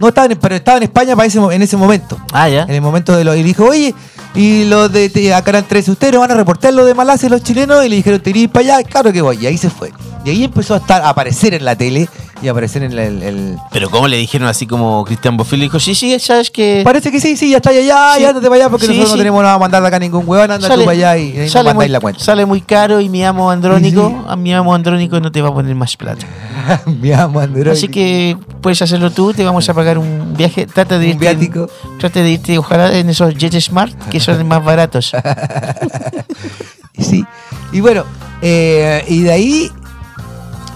Speaker 2: No estaba, en- pero estaba en España para ese mo- en ese momento.
Speaker 1: Ah, ya.
Speaker 2: En el momento de lo. Y dijo, oye, y los de, de- a Canal 13, ustedes no van a reportar lo de Malasia y los chilenos. Y le dijeron, te irís para allá. Claro que voy. Y ahí se fue. Y ahí empezó a estar a aparecer en la tele y a aparecer en el- el- el,
Speaker 1: Pero como le dijeron así como Cristian Bofil dijo, sí, sí, sabes que...
Speaker 2: Parece que sí, sí, ya está allá,
Speaker 1: Sí.
Speaker 2: ya andate para allá porque
Speaker 1: Sí,
Speaker 2: nosotros
Speaker 1: sí.
Speaker 2: no tenemos nada a mandar de acá ningún huevón, anda tú para allá y, ahí nos
Speaker 1: sale muy,
Speaker 2: mandáis la cuenta.
Speaker 1: sale muy caro y mi amo andrónico,
Speaker 2: Sí, sí.
Speaker 1: a mi amo andrónico no te va a poner más plata.
Speaker 2: Mi amo, Android.
Speaker 1: Así que puedes hacerlo tú, te vamos a pagar un viaje, trata de
Speaker 2: Un
Speaker 1: irte,
Speaker 2: viático.
Speaker 1: trata de irte, ojalá en esos Jet Smart que son más baratos.
Speaker 2: Sí. Y bueno, eh, y de ahí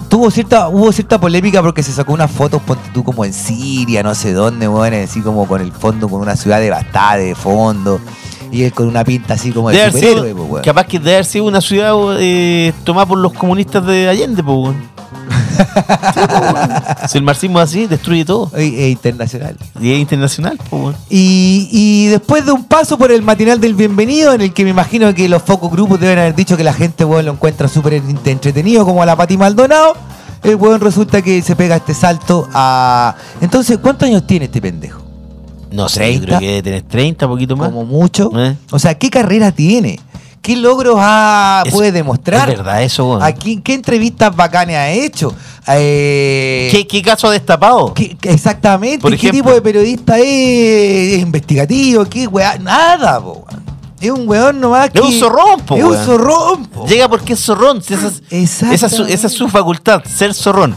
Speaker 2: tuvo cierta, hubo cierta polémica porque se sacó unas fotos, ponte tú como en Siria, no sé dónde, weón, así como con el fondo, con una ciudad devastada de fondo. Y él con una pinta así como de
Speaker 1: Debe haber sido-
Speaker 2: superhéroe, pues, weón.
Speaker 1: capaz que debe haber sido una ciudad eh, tomada por los comunistas de Allende, po, weón. Sí, po, weón. Si el marxismo es así, destruye todo.
Speaker 2: E- e internacional.
Speaker 1: Y es internacional, po, weón.
Speaker 2: Y, y después de un paso por el matinal del bienvenido, en el que me imagino que los focus grupos deben haber dicho que la gente weón, lo encuentra súper en- entretenido, como a la Pati Maldonado, el weón resulta que se pega este salto a. Entonces, ¿cuántos años tiene este pendejo?
Speaker 1: No sé, yo
Speaker 2: 30.
Speaker 1: creo que debe tener 30, poquito más.
Speaker 2: Como mucho.
Speaker 1: Eh.
Speaker 2: O sea, ¿qué carrera tiene? ¿Qué logros ha-
Speaker 1: Es-
Speaker 2: puede demostrar?
Speaker 1: Es verdad, eso, weón.
Speaker 2: ¿A quién- ¿Qué entrevistas bacanas ha hecho? Eh,
Speaker 1: ¿Qué, qué caso ha destapado?
Speaker 2: ¿Qué- qué- exactamente,
Speaker 1: Por
Speaker 2: ¿qué
Speaker 1: ejemplo.
Speaker 2: tipo de periodista es? ¿Es investigativo? ¿Qué weá? Nada, po, weón. Es un weón nomás que...
Speaker 1: Es un zorrón, po,
Speaker 2: Es un
Speaker 1: weón.
Speaker 2: zorrón, Ah, po.
Speaker 1: Llega porque es zorrón. si Esa es,
Speaker 2: Exacto.
Speaker 1: esa es su, esa es su facultad, ser zorrón.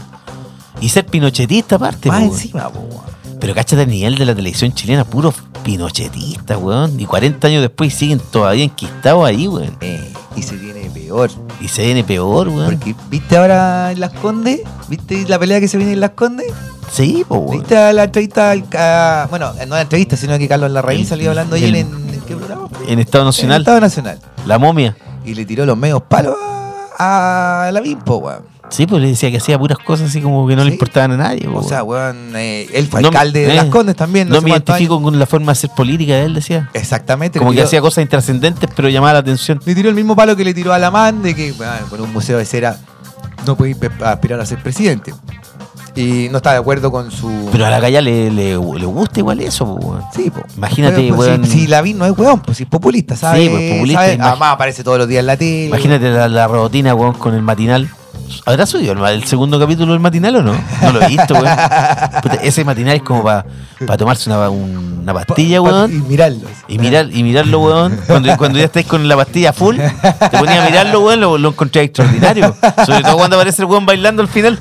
Speaker 1: Y ser pinochetista aparte,
Speaker 2: Más
Speaker 1: po, weón.
Speaker 2: encima, po, weón.
Speaker 1: Pero cachate el nivel de la televisión chilena, puros pinochetistas, weón. Y 40 años después siguen todavía enquistados ahí, weón.
Speaker 2: Eh, y se viene peor.
Speaker 1: Y se viene peor, weón.
Speaker 2: Porque, ¿viste ahora en Las Condes? ¿Viste la pelea que se viene en Las Condes?
Speaker 1: Sí, po, weón.
Speaker 2: ¿Viste a la entrevista? al ca- bueno, no la entrevista, sino que Carlos Larraín
Speaker 1: El-
Speaker 2: salió hablando
Speaker 1: el-
Speaker 2: ayer en... ¿en qué programa?
Speaker 1: En Estado
Speaker 2: En el
Speaker 1: Nacional,
Speaker 2: Estado Nacional.
Speaker 1: la momia.
Speaker 2: Y le tiró los medios palos a, a la Bimpo, weón.
Speaker 1: Sí, pues le decía que hacía puras cosas así como que no le
Speaker 2: Sí.
Speaker 1: importaban a nadie,
Speaker 2: O
Speaker 1: po, weón.
Speaker 2: sea, weón, eh, él fue
Speaker 1: No me-
Speaker 2: alcalde de
Speaker 1: eh,
Speaker 2: Las Condes también.
Speaker 1: No,
Speaker 2: sé
Speaker 1: me
Speaker 2: cuántos
Speaker 1: identifico
Speaker 2: años.
Speaker 1: con la forma de hacer política de él, decía.
Speaker 2: Exactamente.
Speaker 1: Como
Speaker 2: le
Speaker 1: que
Speaker 2: tiró-
Speaker 1: hacía cosas intrascendentes, pero llamaba la atención.
Speaker 2: Le tiró el mismo palo que le tiró a Alamán de que bueno, con un museo de cera no puede pe- aspirar a ser presidente. Y no está de acuerdo con su...
Speaker 1: Pero a la galla le, le, le gusta igual eso, po, weón.
Speaker 2: Sí, po.
Speaker 1: Imagínate,
Speaker 2: Bueno, pues,
Speaker 1: weón.
Speaker 2: Si, si Lavín no es weón, pues si es populista, ¿sabes?
Speaker 1: Sí, pues, populista, imagi-
Speaker 2: Además aparece todos los días en la tele.
Speaker 1: Imagínate la, la robotina, weón, con el matinal. ¿Habrá subido el, ma- el segundo capítulo del matinal o no? No lo he visto, weón. Puta, ese matinal es como para tomarse una, un- una
Speaker 2: Pa-
Speaker 1: pastilla,
Speaker 2: pa-
Speaker 1: weón.
Speaker 2: Y mirarlo.
Speaker 1: Y, mirar, y mirarlo, weón. Cuando, cuando ya estáis con la pastilla full, te ponía a mirarlo, weón, lo, lo encontré extraordinario. Sobre todo cuando aparece el weón bailando al final.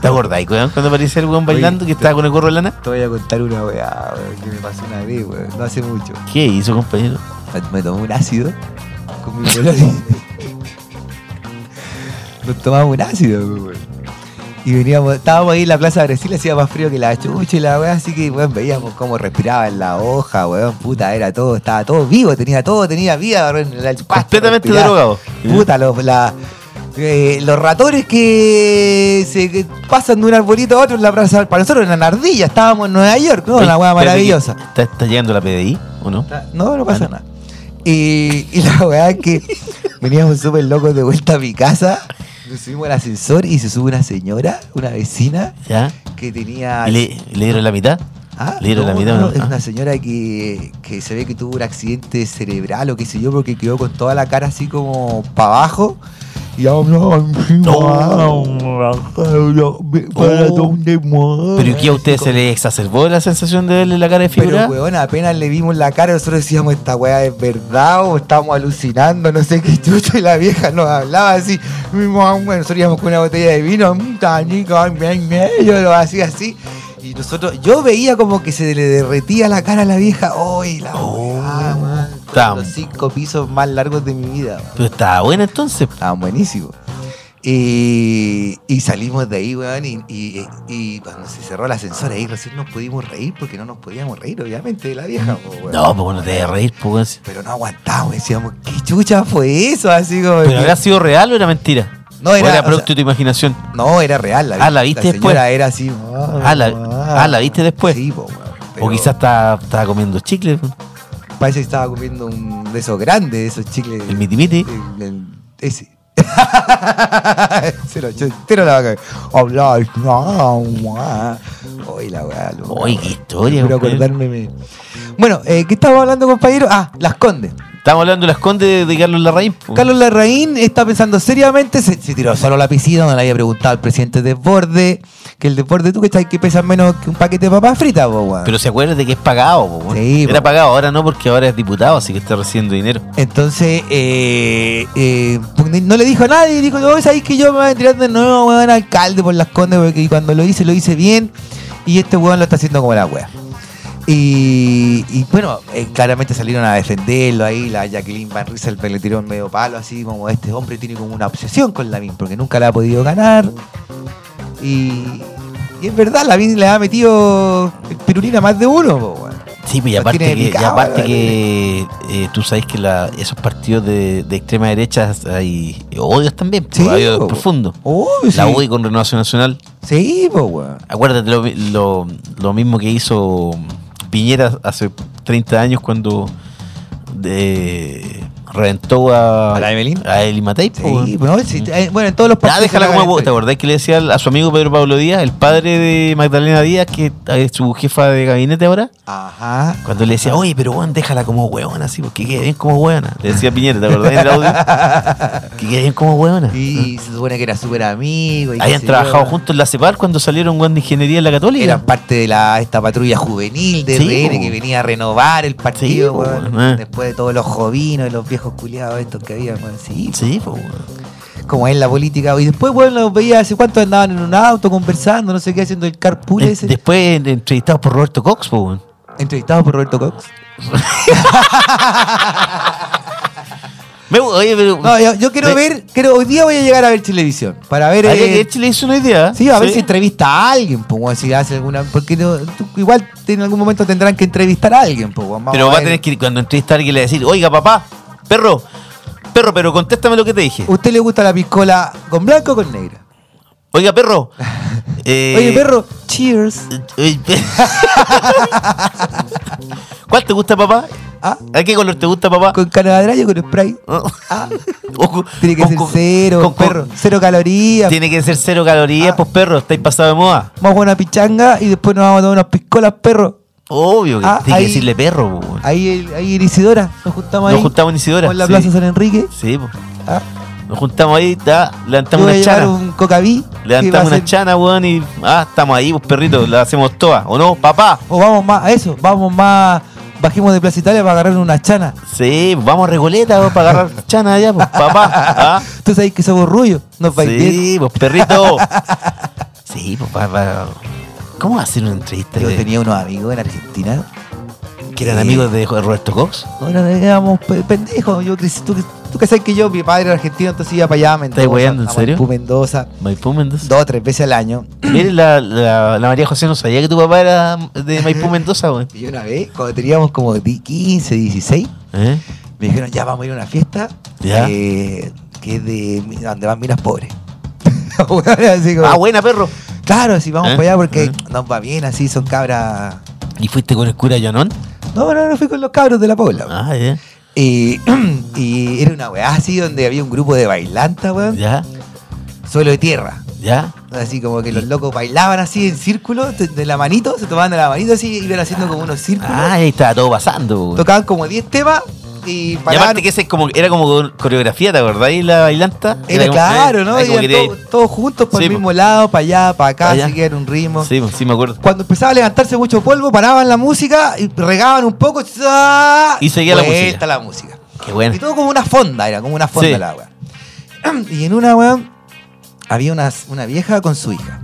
Speaker 1: ¿Te acordáis, weón? Cuando aparece el weón bailando que estaba con el gorro de lana.
Speaker 2: Te voy a contar una weá, weón, que me pasó una vez, weón. No hace mucho.
Speaker 1: ¿Qué hizo, compañero?
Speaker 2: me tomé un ácido con mi polola. Nos tomamos un ácido, pues, weón. Y veníamos, estábamos ahí en la Plaza Brasil, hacía más frío que la chucha y la weá, así que weón, veíamos cómo respiraba en la hoja, weón, puta, era todo, estaba todo vivo, tenía todo, tenía vida, weón, el pasto
Speaker 1: Completamente
Speaker 2: respiraba.
Speaker 1: drogado.
Speaker 2: Puta, los, la- eh, los ratones que se que pasan de un arbolito a otro en la plaza, para nosotros eran ardillas, estábamos en Nueva York, ¿no? Una
Speaker 1: Oye,
Speaker 2: weá
Speaker 1: espérate que-
Speaker 2: maravillosa.
Speaker 1: ¿Está, está llegando la PDI o no?
Speaker 2: No, no pasa nada. Y, y la weá es que veníamos súper locos de vuelta a mi casa. Nos subimos al ascensor y se sube una señora, una vecina,
Speaker 1: ¿Ya?
Speaker 2: que tenía.
Speaker 1: ¿Y ¿Le, le dieron la mitad?
Speaker 2: Ah,
Speaker 1: le dieron
Speaker 2: no,
Speaker 1: la mitad? o
Speaker 2: no,
Speaker 1: no?
Speaker 2: Es
Speaker 1: Ah.
Speaker 2: una señora que, que se ve que tuvo un accidente cerebral o qué sé yo, porque quedó con toda la cara así como para abajo. Y aún no, para dónde más?
Speaker 1: ¿Pero qué a usted se le exacerbó la sensación de verle la cara de figura?
Speaker 2: Pero, weón, apenas le vimos la cara, nosotros decíamos, esta weá es verdad o estamos alucinando, no sé qué chucho, y la vieja nos hablaba así, mismo, ah, bueno, nosotros íbamos con una botella de vino, "Mm, está rico, bien, bien", yo lo hacía así. Y nosotros, yo veía como que se le derretía la cara a la vieja, ¡ay, la
Speaker 1: Oh,
Speaker 2: weá, man! Fue
Speaker 1: Tam.
Speaker 2: Los cinco pisos más largos de mi vida, man.
Speaker 1: Pero estaba buena entonces.
Speaker 2: Estaban buenísimos. Y, y salimos de ahí, weón, y, y- y cuando se cerró el ascensor ahí recién nos pudimos reír porque no nos podíamos reír, obviamente, de la vieja. po, weón.
Speaker 1: No, pues no te debes reír, pues.
Speaker 2: Pero no aguantábamos, decíamos, ¿qué chucha fue eso? Así como...
Speaker 1: ¿Pero
Speaker 2: que-
Speaker 1: habrá sido real o era mentira?
Speaker 2: No, era-
Speaker 1: ¿O
Speaker 2: o
Speaker 1: era
Speaker 2: sea-
Speaker 1: producto de tu imaginación.
Speaker 2: No, era real. La,
Speaker 1: Ah, ¿la viste después?
Speaker 2: señora era así.
Speaker 1: Ah, la- ah, ¿la viste después?
Speaker 2: Sí, po, weón, pero
Speaker 1: O quizás estaba, estaba comiendo chicle, pues? po.
Speaker 2: Parece que estaba comiendo un de esos grandes, de esos chicles.
Speaker 1: el mitimiti.
Speaker 2: El- el- ese. Cero, yo entero la vaca. Hablaba, no, guau. Oye, la weá, loca.
Speaker 1: Oye, qué historia,
Speaker 2: Quiero
Speaker 1: compadre.
Speaker 2: acordarme. me- Bueno, eh, ¿qué estaba hablando, compañero? Ah, las condes.
Speaker 1: Estamos hablando de las condes de, de Carlos Larraín. pues, po.
Speaker 2: Carlos Larraín está pensando seriamente, se, se tiró solo a la piscina, no le había preguntado al presidente Desborde, que el Desborde, tú que estás que pesa menos que un paquete de papas fritas, po, weón.
Speaker 1: Pero se acuerda de que es pagado, po, weón.
Speaker 2: Sí, po.
Speaker 1: Era pagado, ahora no, porque ahora es diputado, así que está recibiendo dinero.
Speaker 2: Entonces, eh, eh, porque no le dijo a nadie, dijo, no, sabéis que yo me voy a tirar de nuevo, weón, alcalde por las condes, porque y cuando lo hice, lo hice bien, y este weón lo está haciendo como la wea. Y, y bueno, eh, claramente salieron a defenderlo ahí, la Jacqueline Van Rieselberg le tiró un medio palo, así como este hombre tiene como una obsesión con Lavín, porque nunca la ha podido ganar. Y, y es verdad, Lavín le ha metido pirulina a más de uno, po, weón.
Speaker 1: Sí, pues y
Speaker 2: Lo
Speaker 1: aparte
Speaker 2: tiene
Speaker 1: que, y
Speaker 2: picado,
Speaker 1: aparte
Speaker 2: la
Speaker 1: que eh, tú sabes que la- esos partidos de, de extrema derecha hay odios también, pues,
Speaker 2: Sí,
Speaker 1: hay odios
Speaker 2: po,
Speaker 1: profundos.
Speaker 2: Obvio,
Speaker 1: La
Speaker 2: sí.
Speaker 1: UDI con Renovación Nacional.
Speaker 2: Sí, po, weón.
Speaker 1: Acuérdate lo, lo- lo mismo que hizo Piñera hace 30 años cuando de, reventó a,
Speaker 2: ¿A la Evelyn?
Speaker 1: a Evelyn Matei. po, weón.
Speaker 2: Sí, bueno, sí, eh, bueno, en todos los
Speaker 1: Ah,
Speaker 2: partidos
Speaker 1: déjala
Speaker 2: se la
Speaker 1: como
Speaker 2: ganan,
Speaker 1: ¿Te acordás que le decía al- a su amigo Pedro Pablo Díaz, el padre de Magdalena Díaz, que es su jefa de gabinete ahora?
Speaker 2: Ajá.
Speaker 1: Cuando le decía, oye, pero weón, déjala como huevona, así, porque quede bien como huevona. Le decía a Piñera, ¿te acordás en el audio? Que quede bien como huevona.
Speaker 2: Y se supone que era súper amigo. y qué
Speaker 1: Habían
Speaker 2: sé
Speaker 1: trabajado
Speaker 2: yo.
Speaker 1: juntos en la CEPAL cuando salieron weón de ingeniería en la Católica.
Speaker 2: Eran parte de la, esta patrulla juvenil de
Speaker 1: Sí,
Speaker 2: RN
Speaker 1: po.
Speaker 2: que venía a renovar el partido,
Speaker 1: Sí, po,
Speaker 2: weón.
Speaker 1: weón, eh.
Speaker 2: Después de todos los jovinos y los viejos culiados estos que había, weón. Sí,
Speaker 1: Sí, po, weón.
Speaker 2: como es la política. Y después, weón, los veía hace cuánto andaban en un auto conversando, no sé qué, haciendo el carpool
Speaker 1: En-
Speaker 2: ese.
Speaker 1: Después en- entrevistado por Roberto Cox, po, weón.
Speaker 2: Entrevistado por Roberto Cox.
Speaker 1: Me- oye, pero.
Speaker 2: No, yo, yo quiero
Speaker 1: me-
Speaker 2: ver, quiero, hoy día voy a llegar a ver televisión. Para ver.
Speaker 1: Habría
Speaker 2: eh,
Speaker 1: que Chile hizo una idea.
Speaker 2: Sí, a ver si entrevista a alguien, pues, weón, si hace alguna. Porque no- tú- igual te- en algún momento tendrán que entrevistar a alguien, pues, weón, vamos
Speaker 1: Pero va a
Speaker 2: ver.
Speaker 1: tener que ir cuando entrevista a alguien le va a decir, oiga, papá, perro, perro, pero contéstame lo que te dije.
Speaker 2: ¿Usted le gusta la piscola con blanco o con negra?
Speaker 1: Oiga, perro. eh,
Speaker 2: Oye, perro, cheers.
Speaker 1: Uy, pe- ¿Cuál te gusta, papá?
Speaker 2: Ah,
Speaker 1: ¿A qué color te gusta, papá?
Speaker 2: con canadrayo o con spray. Ah,
Speaker 1: O con-
Speaker 2: tiene que
Speaker 1: con-
Speaker 2: ser
Speaker 1: con-
Speaker 2: cero,
Speaker 1: con- con-
Speaker 2: perro. Cero calorías.
Speaker 1: Tiene que ser cero calorías,
Speaker 2: Ah.
Speaker 1: pues perro, estáis pasado de moda.
Speaker 2: Vamos a una pichanga y después nos vamos a tomar unas piscolas, perro.
Speaker 1: Obvio que
Speaker 2: Ah,
Speaker 1: tiene
Speaker 2: ahí- Ah.
Speaker 1: que decirle perro, po, weón.
Speaker 2: Ahí, el- ahí en Isidora, nos juntamos ahí.
Speaker 1: Nos juntamos en Isidora.
Speaker 2: Por la
Speaker 1: sí.
Speaker 2: Plaza San Enrique.
Speaker 1: Sí, po.
Speaker 2: Ah,
Speaker 1: Nos juntamos ahí, ta,
Speaker 2: yo
Speaker 1: levantamos
Speaker 2: voy a
Speaker 1: una
Speaker 2: llevar
Speaker 1: chana.
Speaker 2: un cocaví. que va a
Speaker 1: Levantamos una
Speaker 2: ser-
Speaker 1: chana, weón, y. Ah, estamos ahí, pues perrito, la hacemos toda. ¿O no, papá?
Speaker 2: O vamos más a eso, vamos más. Bajemos de Plaza Italia para agarrar una chana.
Speaker 1: Sí, pues, vamos a Recoleta weón, para agarrar chana allá, pues papá. ¿Ah?
Speaker 2: Tú sabes que somos rullos, nos va bien.
Speaker 1: Sí, pues perrito. sí, pues pa- pa- ¿Cómo hacer una entrevista?
Speaker 2: Yo
Speaker 1: de-
Speaker 2: tenía unos amigos en Argentina.
Speaker 1: que eran amigos de Roberto Cox.
Speaker 2: Ahora éramos pe- pendejos. Yo, crecí- tú, tú que sabes que yo, mi padre era argentino, entonces iba para allá a Mendoza.
Speaker 1: ¿Estás weando, en
Speaker 2: a
Speaker 1: serio?
Speaker 2: Maipú, Mendoza,
Speaker 1: Maipú Mendoza.
Speaker 2: dos o tres veces al año.
Speaker 1: Mire, la, la- la María José no sabía que tu papá era de Maipú Mendoza, weón.
Speaker 2: Y una vez, cuando teníamos como di- 15, 16,
Speaker 1: ¿Eh?
Speaker 2: me dijeron, ya vamos a ir a una fiesta
Speaker 1: Ya.
Speaker 2: eh, que es de mi- donde van minas pobres. Así como,
Speaker 1: Ah, buena, perro.
Speaker 2: Claro, si vamos
Speaker 1: ¿Eh?
Speaker 2: para allá porque
Speaker 1: ¿Eh?
Speaker 2: nos va bien, así son cabras.
Speaker 1: ¿Y fuiste con el cura Llanón?
Speaker 2: No, no, no fui con los cabros de la Pobla.
Speaker 1: Ah, ya.
Speaker 2: Y, y era una weá así donde había un grupo de bailantas, weón.
Speaker 1: Ya,
Speaker 2: Suelo de tierra.
Speaker 1: ya.
Speaker 2: Así como que los locos bailaban así en círculo, de, de la manito, se tomaban de la manito así, iban haciendo como unos círculos.
Speaker 1: Ah, ahí estaba todo pasando, weón.
Speaker 2: tocaban como 10 temas y
Speaker 1: Y
Speaker 2: paraban.
Speaker 1: aparte que ese es como, era como coreografía, ¿te acordáis la bailanta?
Speaker 2: Era
Speaker 1: como- eh,
Speaker 2: claro, ¿no?
Speaker 1: ahí
Speaker 2: Iban
Speaker 1: como quería ir.
Speaker 2: todos- todos juntos por
Speaker 1: Sí,
Speaker 2: el
Speaker 1: po.
Speaker 2: mismo lado, para allá, para acá,
Speaker 1: Pa' allá.
Speaker 2: así que era un ritmo.
Speaker 1: Sí, pues, sí, me acuerdo.
Speaker 2: Cuando empezaba a levantarse mucho polvo, paraban la música y regaban un poco. ¡zas!
Speaker 1: Y seguía la música.
Speaker 2: Vuelta la música.
Speaker 1: Qué bueno.
Speaker 2: Y todo como una fonda, era como una fonda
Speaker 1: Sí.
Speaker 2: la weá. Y en una weón había una, una vieja con su hija.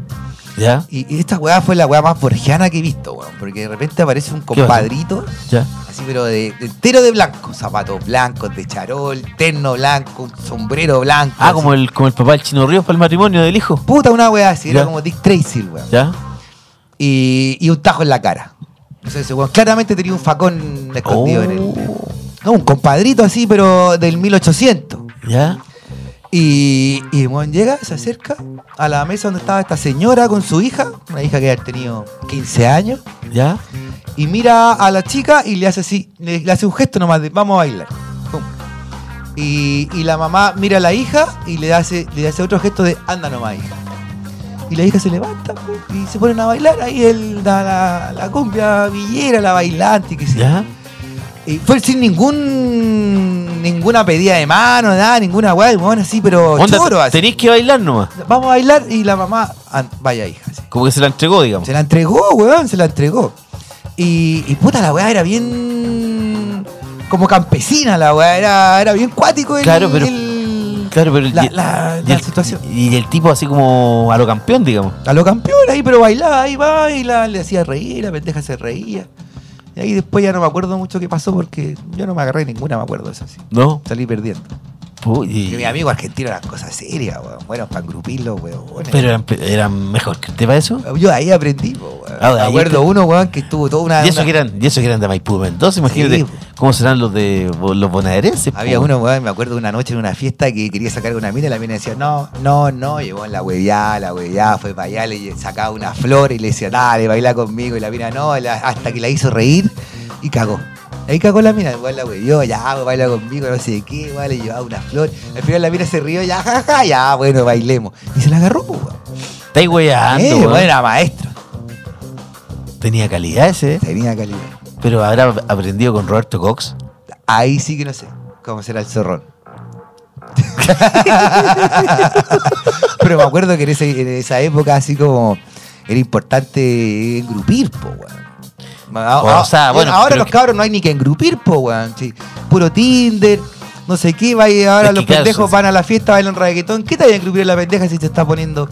Speaker 1: Ya,
Speaker 2: Y, y esta weá fue la weá más borgiana que he visto, weón. Porque de repente aparece un
Speaker 1: pasó?
Speaker 2: compadrito,
Speaker 1: ya.
Speaker 2: así pero de, de entero de blanco. Zapatos blancos, de charol, terno blanco, un sombrero blanco.
Speaker 1: Ah,
Speaker 2: así.
Speaker 1: como el, como el papá del Chino Ríos para el matrimonio del hijo.
Speaker 2: Puta una weá así, era
Speaker 1: Ya.
Speaker 2: como Dick Tracy, weón.
Speaker 1: Ya.
Speaker 2: Y, y un tajo en la cara. Entonces ese weón claramente tenía un facón escondido
Speaker 1: Oh.
Speaker 2: en él. No, un compadrito así, pero del 1800.
Speaker 1: Ya.
Speaker 2: Y, y el weón llega, se acerca a la mesa donde estaba esta señora con su hija, una hija que ha tenido 15 años,
Speaker 1: Ya.
Speaker 2: y mira a la chica y le hace así, le, le hace un gesto nomás de vamos a bailar. Pum. Y, y la mamá mira a la hija y le hace, le hace otro gesto de anda nomás, hija. Y la hija se levanta pum, y se ponen a bailar ahí el, la, la, la cumbia villera, la bailante, que sé yo.
Speaker 1: Ya.
Speaker 2: Y fue sin ningún. ninguna pedida de mano, nada, ninguna weá. Bueno, así, pero choro, así.
Speaker 1: tenéis que bailar nomás.
Speaker 2: Vamos a bailar y la mamá. "Ah, vaya hija, sí.
Speaker 1: Como que se la entregó, digamos.
Speaker 2: Se la entregó, weón, se la entregó. Y, y puta, la weá era bien. como campesina, la weá. Era, era bien cuático el.
Speaker 1: Claro, pero-
Speaker 2: el-
Speaker 1: Claro, pero.
Speaker 2: La,
Speaker 1: y-
Speaker 2: la-
Speaker 1: y
Speaker 2: la
Speaker 1: el-
Speaker 2: situación.
Speaker 1: Y el tipo así como a lo campeón, digamos.
Speaker 2: A lo campeón ahí, pero bailaba ahí, baila, le hacía reír, la pendeja se reía. Y ahí después ya no me acuerdo mucho qué pasó porque yo no me agarré ninguna, me acuerdo eso sí.
Speaker 1: ¿No?
Speaker 2: Salí perdiendo.
Speaker 1: Uy,
Speaker 2: Porque mi amigo argentino eran cosas serias, weón. Bueno, para engrupirlos, weón.
Speaker 1: pero eran, eran mejor que te para eso.
Speaker 2: yo ahí aprendí, po, weón.
Speaker 1: Ah,
Speaker 2: me
Speaker 1: ahí
Speaker 2: acuerdo
Speaker 1: te-
Speaker 2: uno, weón, que estuvo toda una.
Speaker 1: Y eso,
Speaker 2: una-
Speaker 1: que eran, y eso que eran de Maipú, Mendoza, imagínate
Speaker 2: Ah, Sí, po.
Speaker 1: cómo serán los de los bonaerenses. po.
Speaker 2: Había uno, weón, me acuerdo de una noche en una fiesta que quería sacar una mina y la mina decía, no, no, no, llegó en la hueviá, la hueviá, fue para allá, le sacaba una flor y le decía, dale, baila conmigo, y la mina no, la- hasta que la hizo reír y cagó. Ahí cagó la mina, weón la huevió, ya, weón, baila conmigo, no sé qué, weón, le llevaba una flor. Al final la mina se rió, ya, jaja, ya, bueno, bailemos. Y se la agarró, pues, weón.
Speaker 1: Estáis weando,
Speaker 2: Eh,
Speaker 1: weón.
Speaker 2: weón, era maestro,
Speaker 1: Tenía calidad ese, ¿eh?
Speaker 2: tenía calidad.
Speaker 1: pero habrá aprendido con Roberto Cox.
Speaker 2: Ahí sí que no sé cómo será el zorrón. Pero me acuerdo que en, ese- en esa época así como era importante engrupir, po, weón. Ah,
Speaker 1: O
Speaker 2: ah,
Speaker 1: sea, bueno,
Speaker 2: ahora
Speaker 1: pero
Speaker 2: los
Speaker 1: que-
Speaker 2: cabros no hay ni que engrupir, po, weón. sí. Puro Tinder, no sé qué, va y ahora
Speaker 1: Es que
Speaker 2: los
Speaker 1: claro,
Speaker 2: pendejos
Speaker 1: sí.
Speaker 2: van a la fiesta, bailan reggaetón. ¿Qué te hay a engrupir en la pendeja si te está poniendo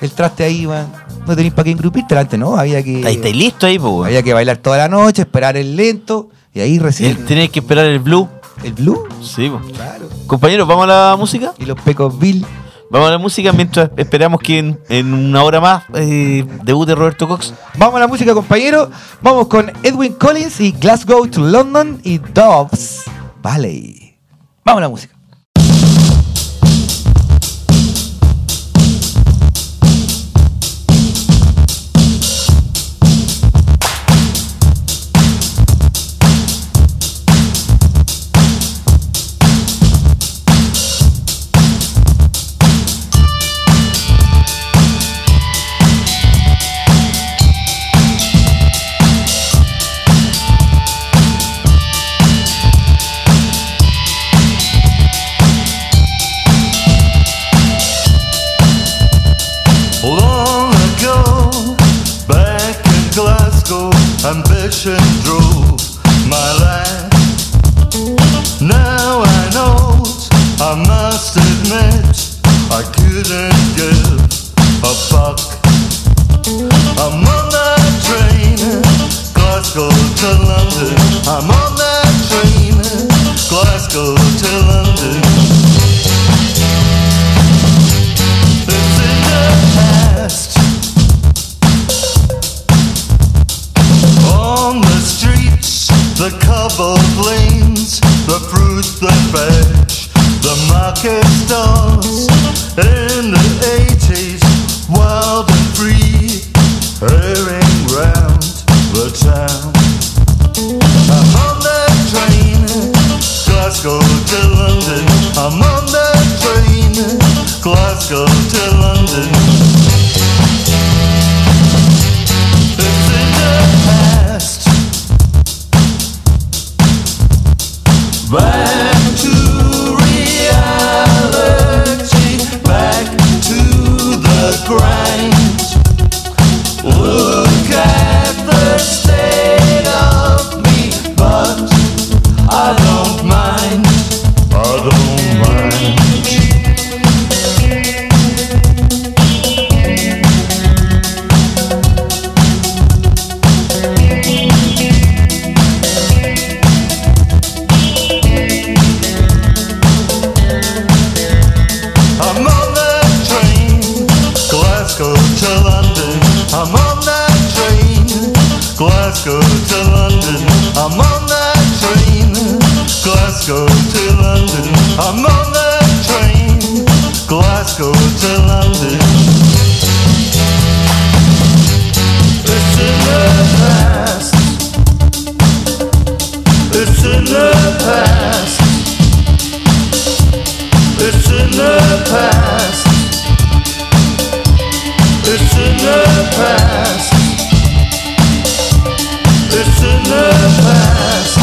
Speaker 2: el traste ahí, weón? No tenés para qué engrupirte, antes no, había que...
Speaker 1: Ahí estáis listo ahí, po, weón.
Speaker 2: Había que bailar toda la noche, esperar el lento y ahí recién...
Speaker 1: Él tenía que esperar el blue.
Speaker 2: ¿El blue?
Speaker 1: Sí, po.
Speaker 2: Claro.
Speaker 1: Compañeros, ¿vamos a la música?
Speaker 2: Y los pecos Bill.
Speaker 1: Vamos a la música mientras esperamos que en, en una hora más eh, debute Roberto Cox.
Speaker 2: Vamos a la música, compañero. Vamos con Edwin Collins y Glasgow to London y Doves Valley. Vamos a la música.
Speaker 5: Long ago, back in Glasgow, ambition drove my life. Now I know, it, I must admit, I couldn't give a fuck. I'm on that train, Glasgow to London. I'm on that train, Glasgow to London. It's in the past. On the streets, the cobbled lanes, the fruit, the veg, the market stalls. In the eighties, wild and free, erring round the town. I'm on that train, Glasgow to London. I'm on that train, Glasgow to London. It's in the past. Back to reality, back to the grind. Look at the state of me, but I don't mind. I don't mind. I'm on that train, Glasgow to London. I'm on that train, Glasgow to London. I'm on that train, Glasgow to London. I'm on that train, Glasgow to London. It's in the past. It's in the past. It's in the past. It's in the past. It's in the past.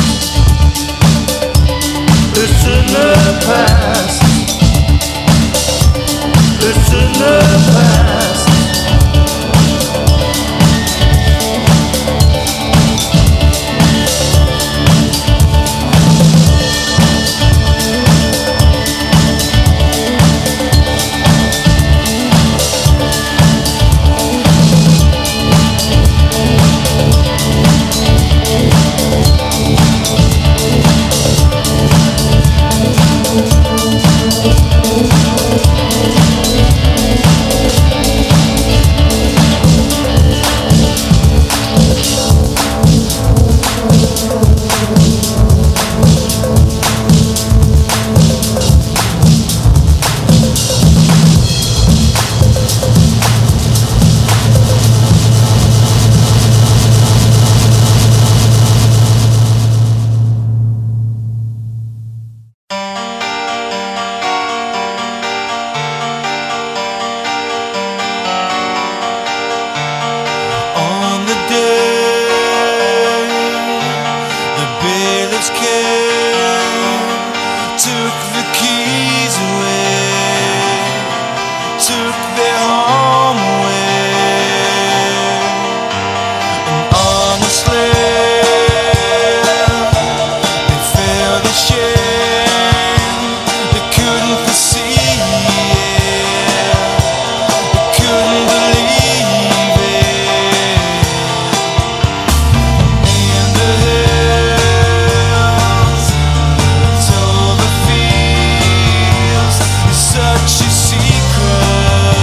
Speaker 3: again. Took the keys away. Took their home away. And honestly, they felt ashamed. They couldn't foresee it. They couldn't believe it. In the hills, till the fields is such a secret.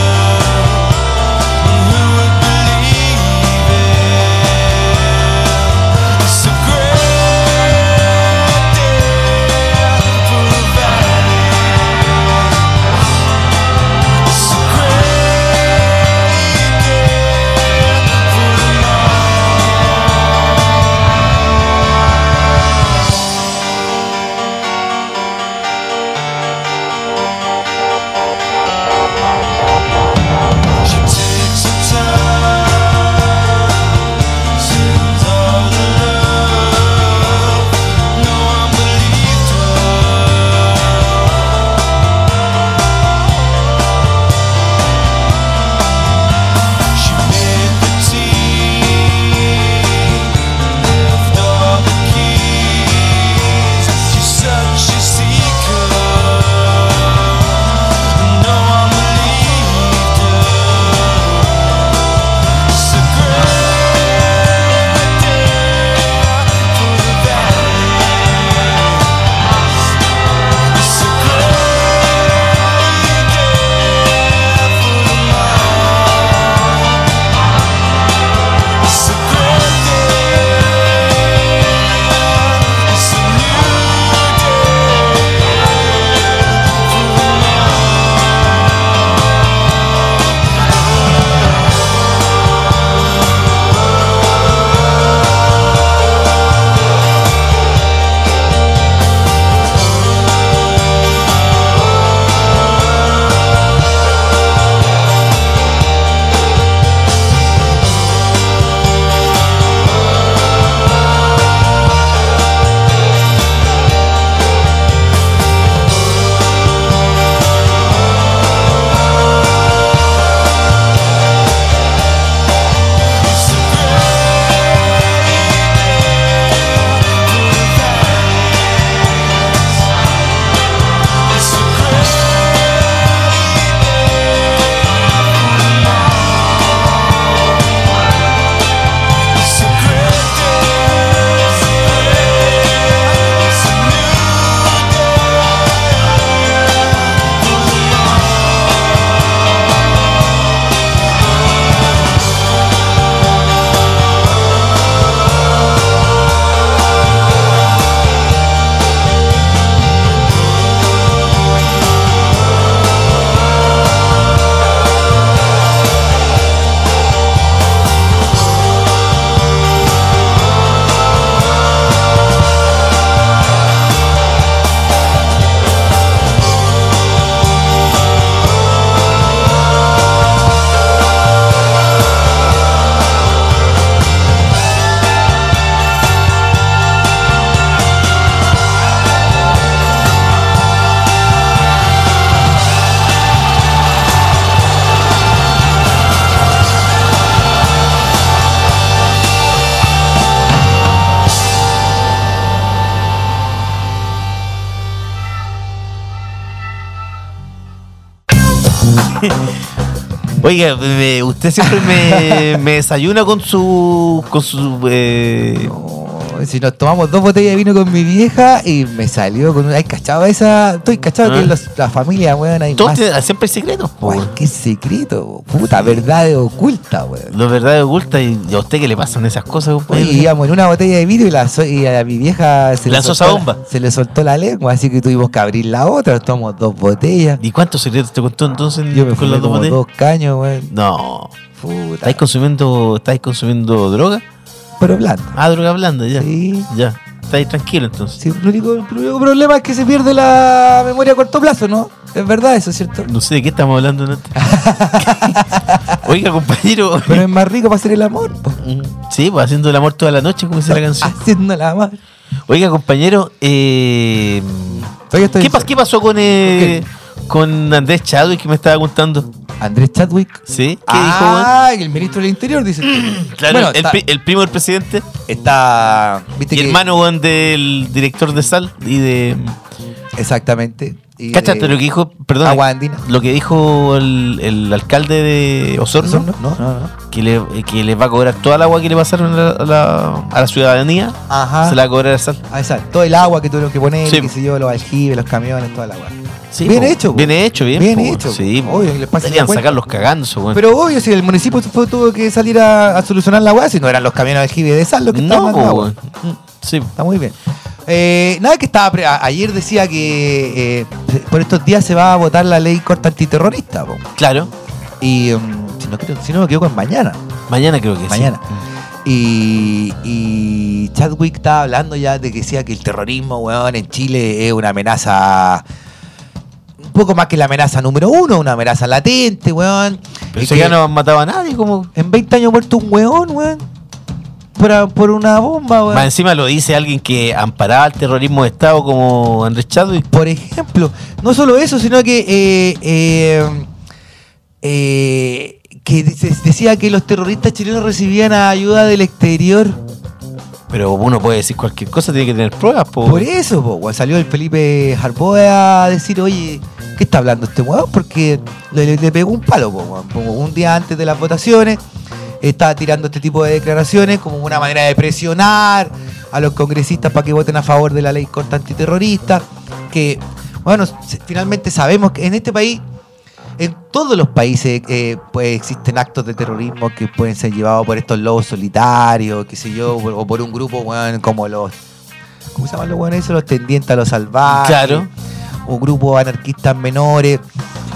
Speaker 3: Who would believe it? It's a great day for the valley. It's a great day for the mountains. She takes her time, sends all the love. No one believed her. She made the tea, left all the keys. She's such a seeker. No one believed her. It's a great day for the valley. It's a great day for the mountains. It's a great day. It's a new day for the mountains. It's a
Speaker 1: Oiga, me- usted siempre me, me desayuna con su. con su. eh,
Speaker 2: Oh, Si nos tomamos dos botellas de vino con mi vieja y me salió con una. Ay, cachado esa. Estoy cachado
Speaker 1: Ah.
Speaker 2: que los- la familia, weón, hay
Speaker 1: todos
Speaker 2: más.
Speaker 1: tienen- siempre hay secretos, po,
Speaker 2: Guay,
Speaker 1: weón.
Speaker 2: qué secreto, puta, verdad oculta, weón.
Speaker 1: La verdad oculta y a usted que le pasan esas cosas,
Speaker 2: Oye,
Speaker 1: compadre.
Speaker 2: íbamos en una botella de vidrio y, la so- y a mi vieja se,
Speaker 1: La
Speaker 2: le
Speaker 1: sosa
Speaker 2: soltó
Speaker 1: bomba.
Speaker 2: se le soltó la lengua, así que tuvimos que abrir la otra, nos tomamos dos botellas.
Speaker 1: ¿Y cuántos secretos te contó entonces
Speaker 2: Yo me
Speaker 1: con
Speaker 2: fumé
Speaker 1: las dos
Speaker 2: como
Speaker 1: botellas?
Speaker 2: dos caños, weón.
Speaker 1: No.
Speaker 2: Puta.
Speaker 1: ¿Estáis consumiendo, estáis consumiendo droga?
Speaker 2: Pero blanda.
Speaker 1: Ah, droga blanda, ya.
Speaker 2: Sí.
Speaker 1: Ya. Estáis tranquilo entonces.
Speaker 2: Sí, el, único, el único problema es que se pierde la memoria a corto plazo, ¿no? Es verdad eso, ¿cierto?
Speaker 1: No sé de qué estamos hablando, Nata. Oiga, compañero.
Speaker 2: Pero es más rico para hacer el amor, po.
Speaker 1: Sí, pues haciendo el amor toda la noche, como dice la canción.
Speaker 2: Haciendo la amor.
Speaker 1: Oiga, compañero, eh,
Speaker 2: Oiga, estoy
Speaker 1: ¿qué,
Speaker 2: en-
Speaker 1: pas- qué pasó con, eh, con Andrés Chadwick que me estaba contando?
Speaker 2: Andrés Chadwick.
Speaker 1: ¿Sí? ¿Qué dijo, weón?
Speaker 2: Ah, el ministro del Interior dice. tú.
Speaker 1: Claro,
Speaker 2: bueno,
Speaker 1: el,
Speaker 2: está,
Speaker 1: pri- el primo del presidente
Speaker 2: está- viste
Speaker 1: y
Speaker 2: que-
Speaker 1: hermano weón, del director de Sal y de...
Speaker 2: Exactamente. y
Speaker 1: Cáchate
Speaker 2: de-
Speaker 1: lo que dijo, perdón,
Speaker 2: Agua Andina.
Speaker 1: lo que dijo el, el alcalde de Osorno,
Speaker 2: Osorno, no, no, no.
Speaker 1: Que, le, que le va a cobrar toda el agua que le pasaron a la, a la- a la ciudadanía,
Speaker 2: Ajá.
Speaker 1: se la va a cobrar a Sal.
Speaker 2: Ah, exacto. Todo el agua que tuvieron que poner,
Speaker 1: Sí.
Speaker 2: qué sé yo, los aljibes, los camiones, toda la agua.
Speaker 1: Sí,
Speaker 2: bien
Speaker 1: po.
Speaker 2: hecho. po.
Speaker 1: Bien hecho, bien.
Speaker 2: Bien
Speaker 1: po.
Speaker 2: hecho.
Speaker 1: Sí, po.
Speaker 2: Obvio, que les pasen
Speaker 1: Deberían
Speaker 2: la cuenta.
Speaker 1: sacarlos cagando, eso, weón.
Speaker 2: Pero obvio, si el municipio fue- tuvo que salir a, a solucionar la agua, si no eran los camiones aljibes de sal los que estaban
Speaker 1: No,
Speaker 2: dando
Speaker 1: po,
Speaker 2: agua.
Speaker 1: weón. Mm, Sí.
Speaker 2: Está muy bien. Eh, nada que estaba. pre- a- ayer decía que eh, por estos días se va a votar la ley corta antiterrorista. po.
Speaker 1: Claro.
Speaker 2: Y mm, si, no, creo- si no me equivoco, es mañana.
Speaker 1: Mañana creo que sí. Mm.
Speaker 2: Mañana. Y, y Chadwick estaba hablando ya de que decía que el terrorismo, weón, en Chile es una amenaza. Un poco más que la amenaza número uno, una amenaza latente, weón.
Speaker 1: Pero
Speaker 2: Y
Speaker 1: si
Speaker 2: que
Speaker 1: ya no mataba a nadie, como.
Speaker 2: En 20 años muerto un weón, weón. Por, a- por una bomba, weón.
Speaker 1: Más encima lo dice alguien que amparaba el terrorismo de Estado como Andrés Chadwick.
Speaker 2: Por ejemplo, no solo eso, sino que eh, eh, eh, que se- decía que los terroristas chilenos recibían ayuda del exterior.
Speaker 1: Pero uno puede decir cualquier cosa, tiene que tener pruebas, po.
Speaker 2: Por eso, po, weón, salió el Felipe Jarboe a decir, oye, ¿qué está hablando este weón? Porque le, le- le pegó un palo, po, weón. Como un día antes de las votaciones, estaba tirando este tipo de declaraciones como una manera de presionar a los congresistas para que voten a favor de la ley corta antiterrorista, que, bueno, se- finalmente sabemos que en este país... En todos los países eh, pues, existen actos de terrorismo que pueden ser llevados por estos lobos solitarios, qué sé yo, o por un grupo weón, como los ¿Cómo se llaman los buenos esos? Los tendientes a los salvajes.
Speaker 1: Claro.
Speaker 2: O grupos anarquistas menores.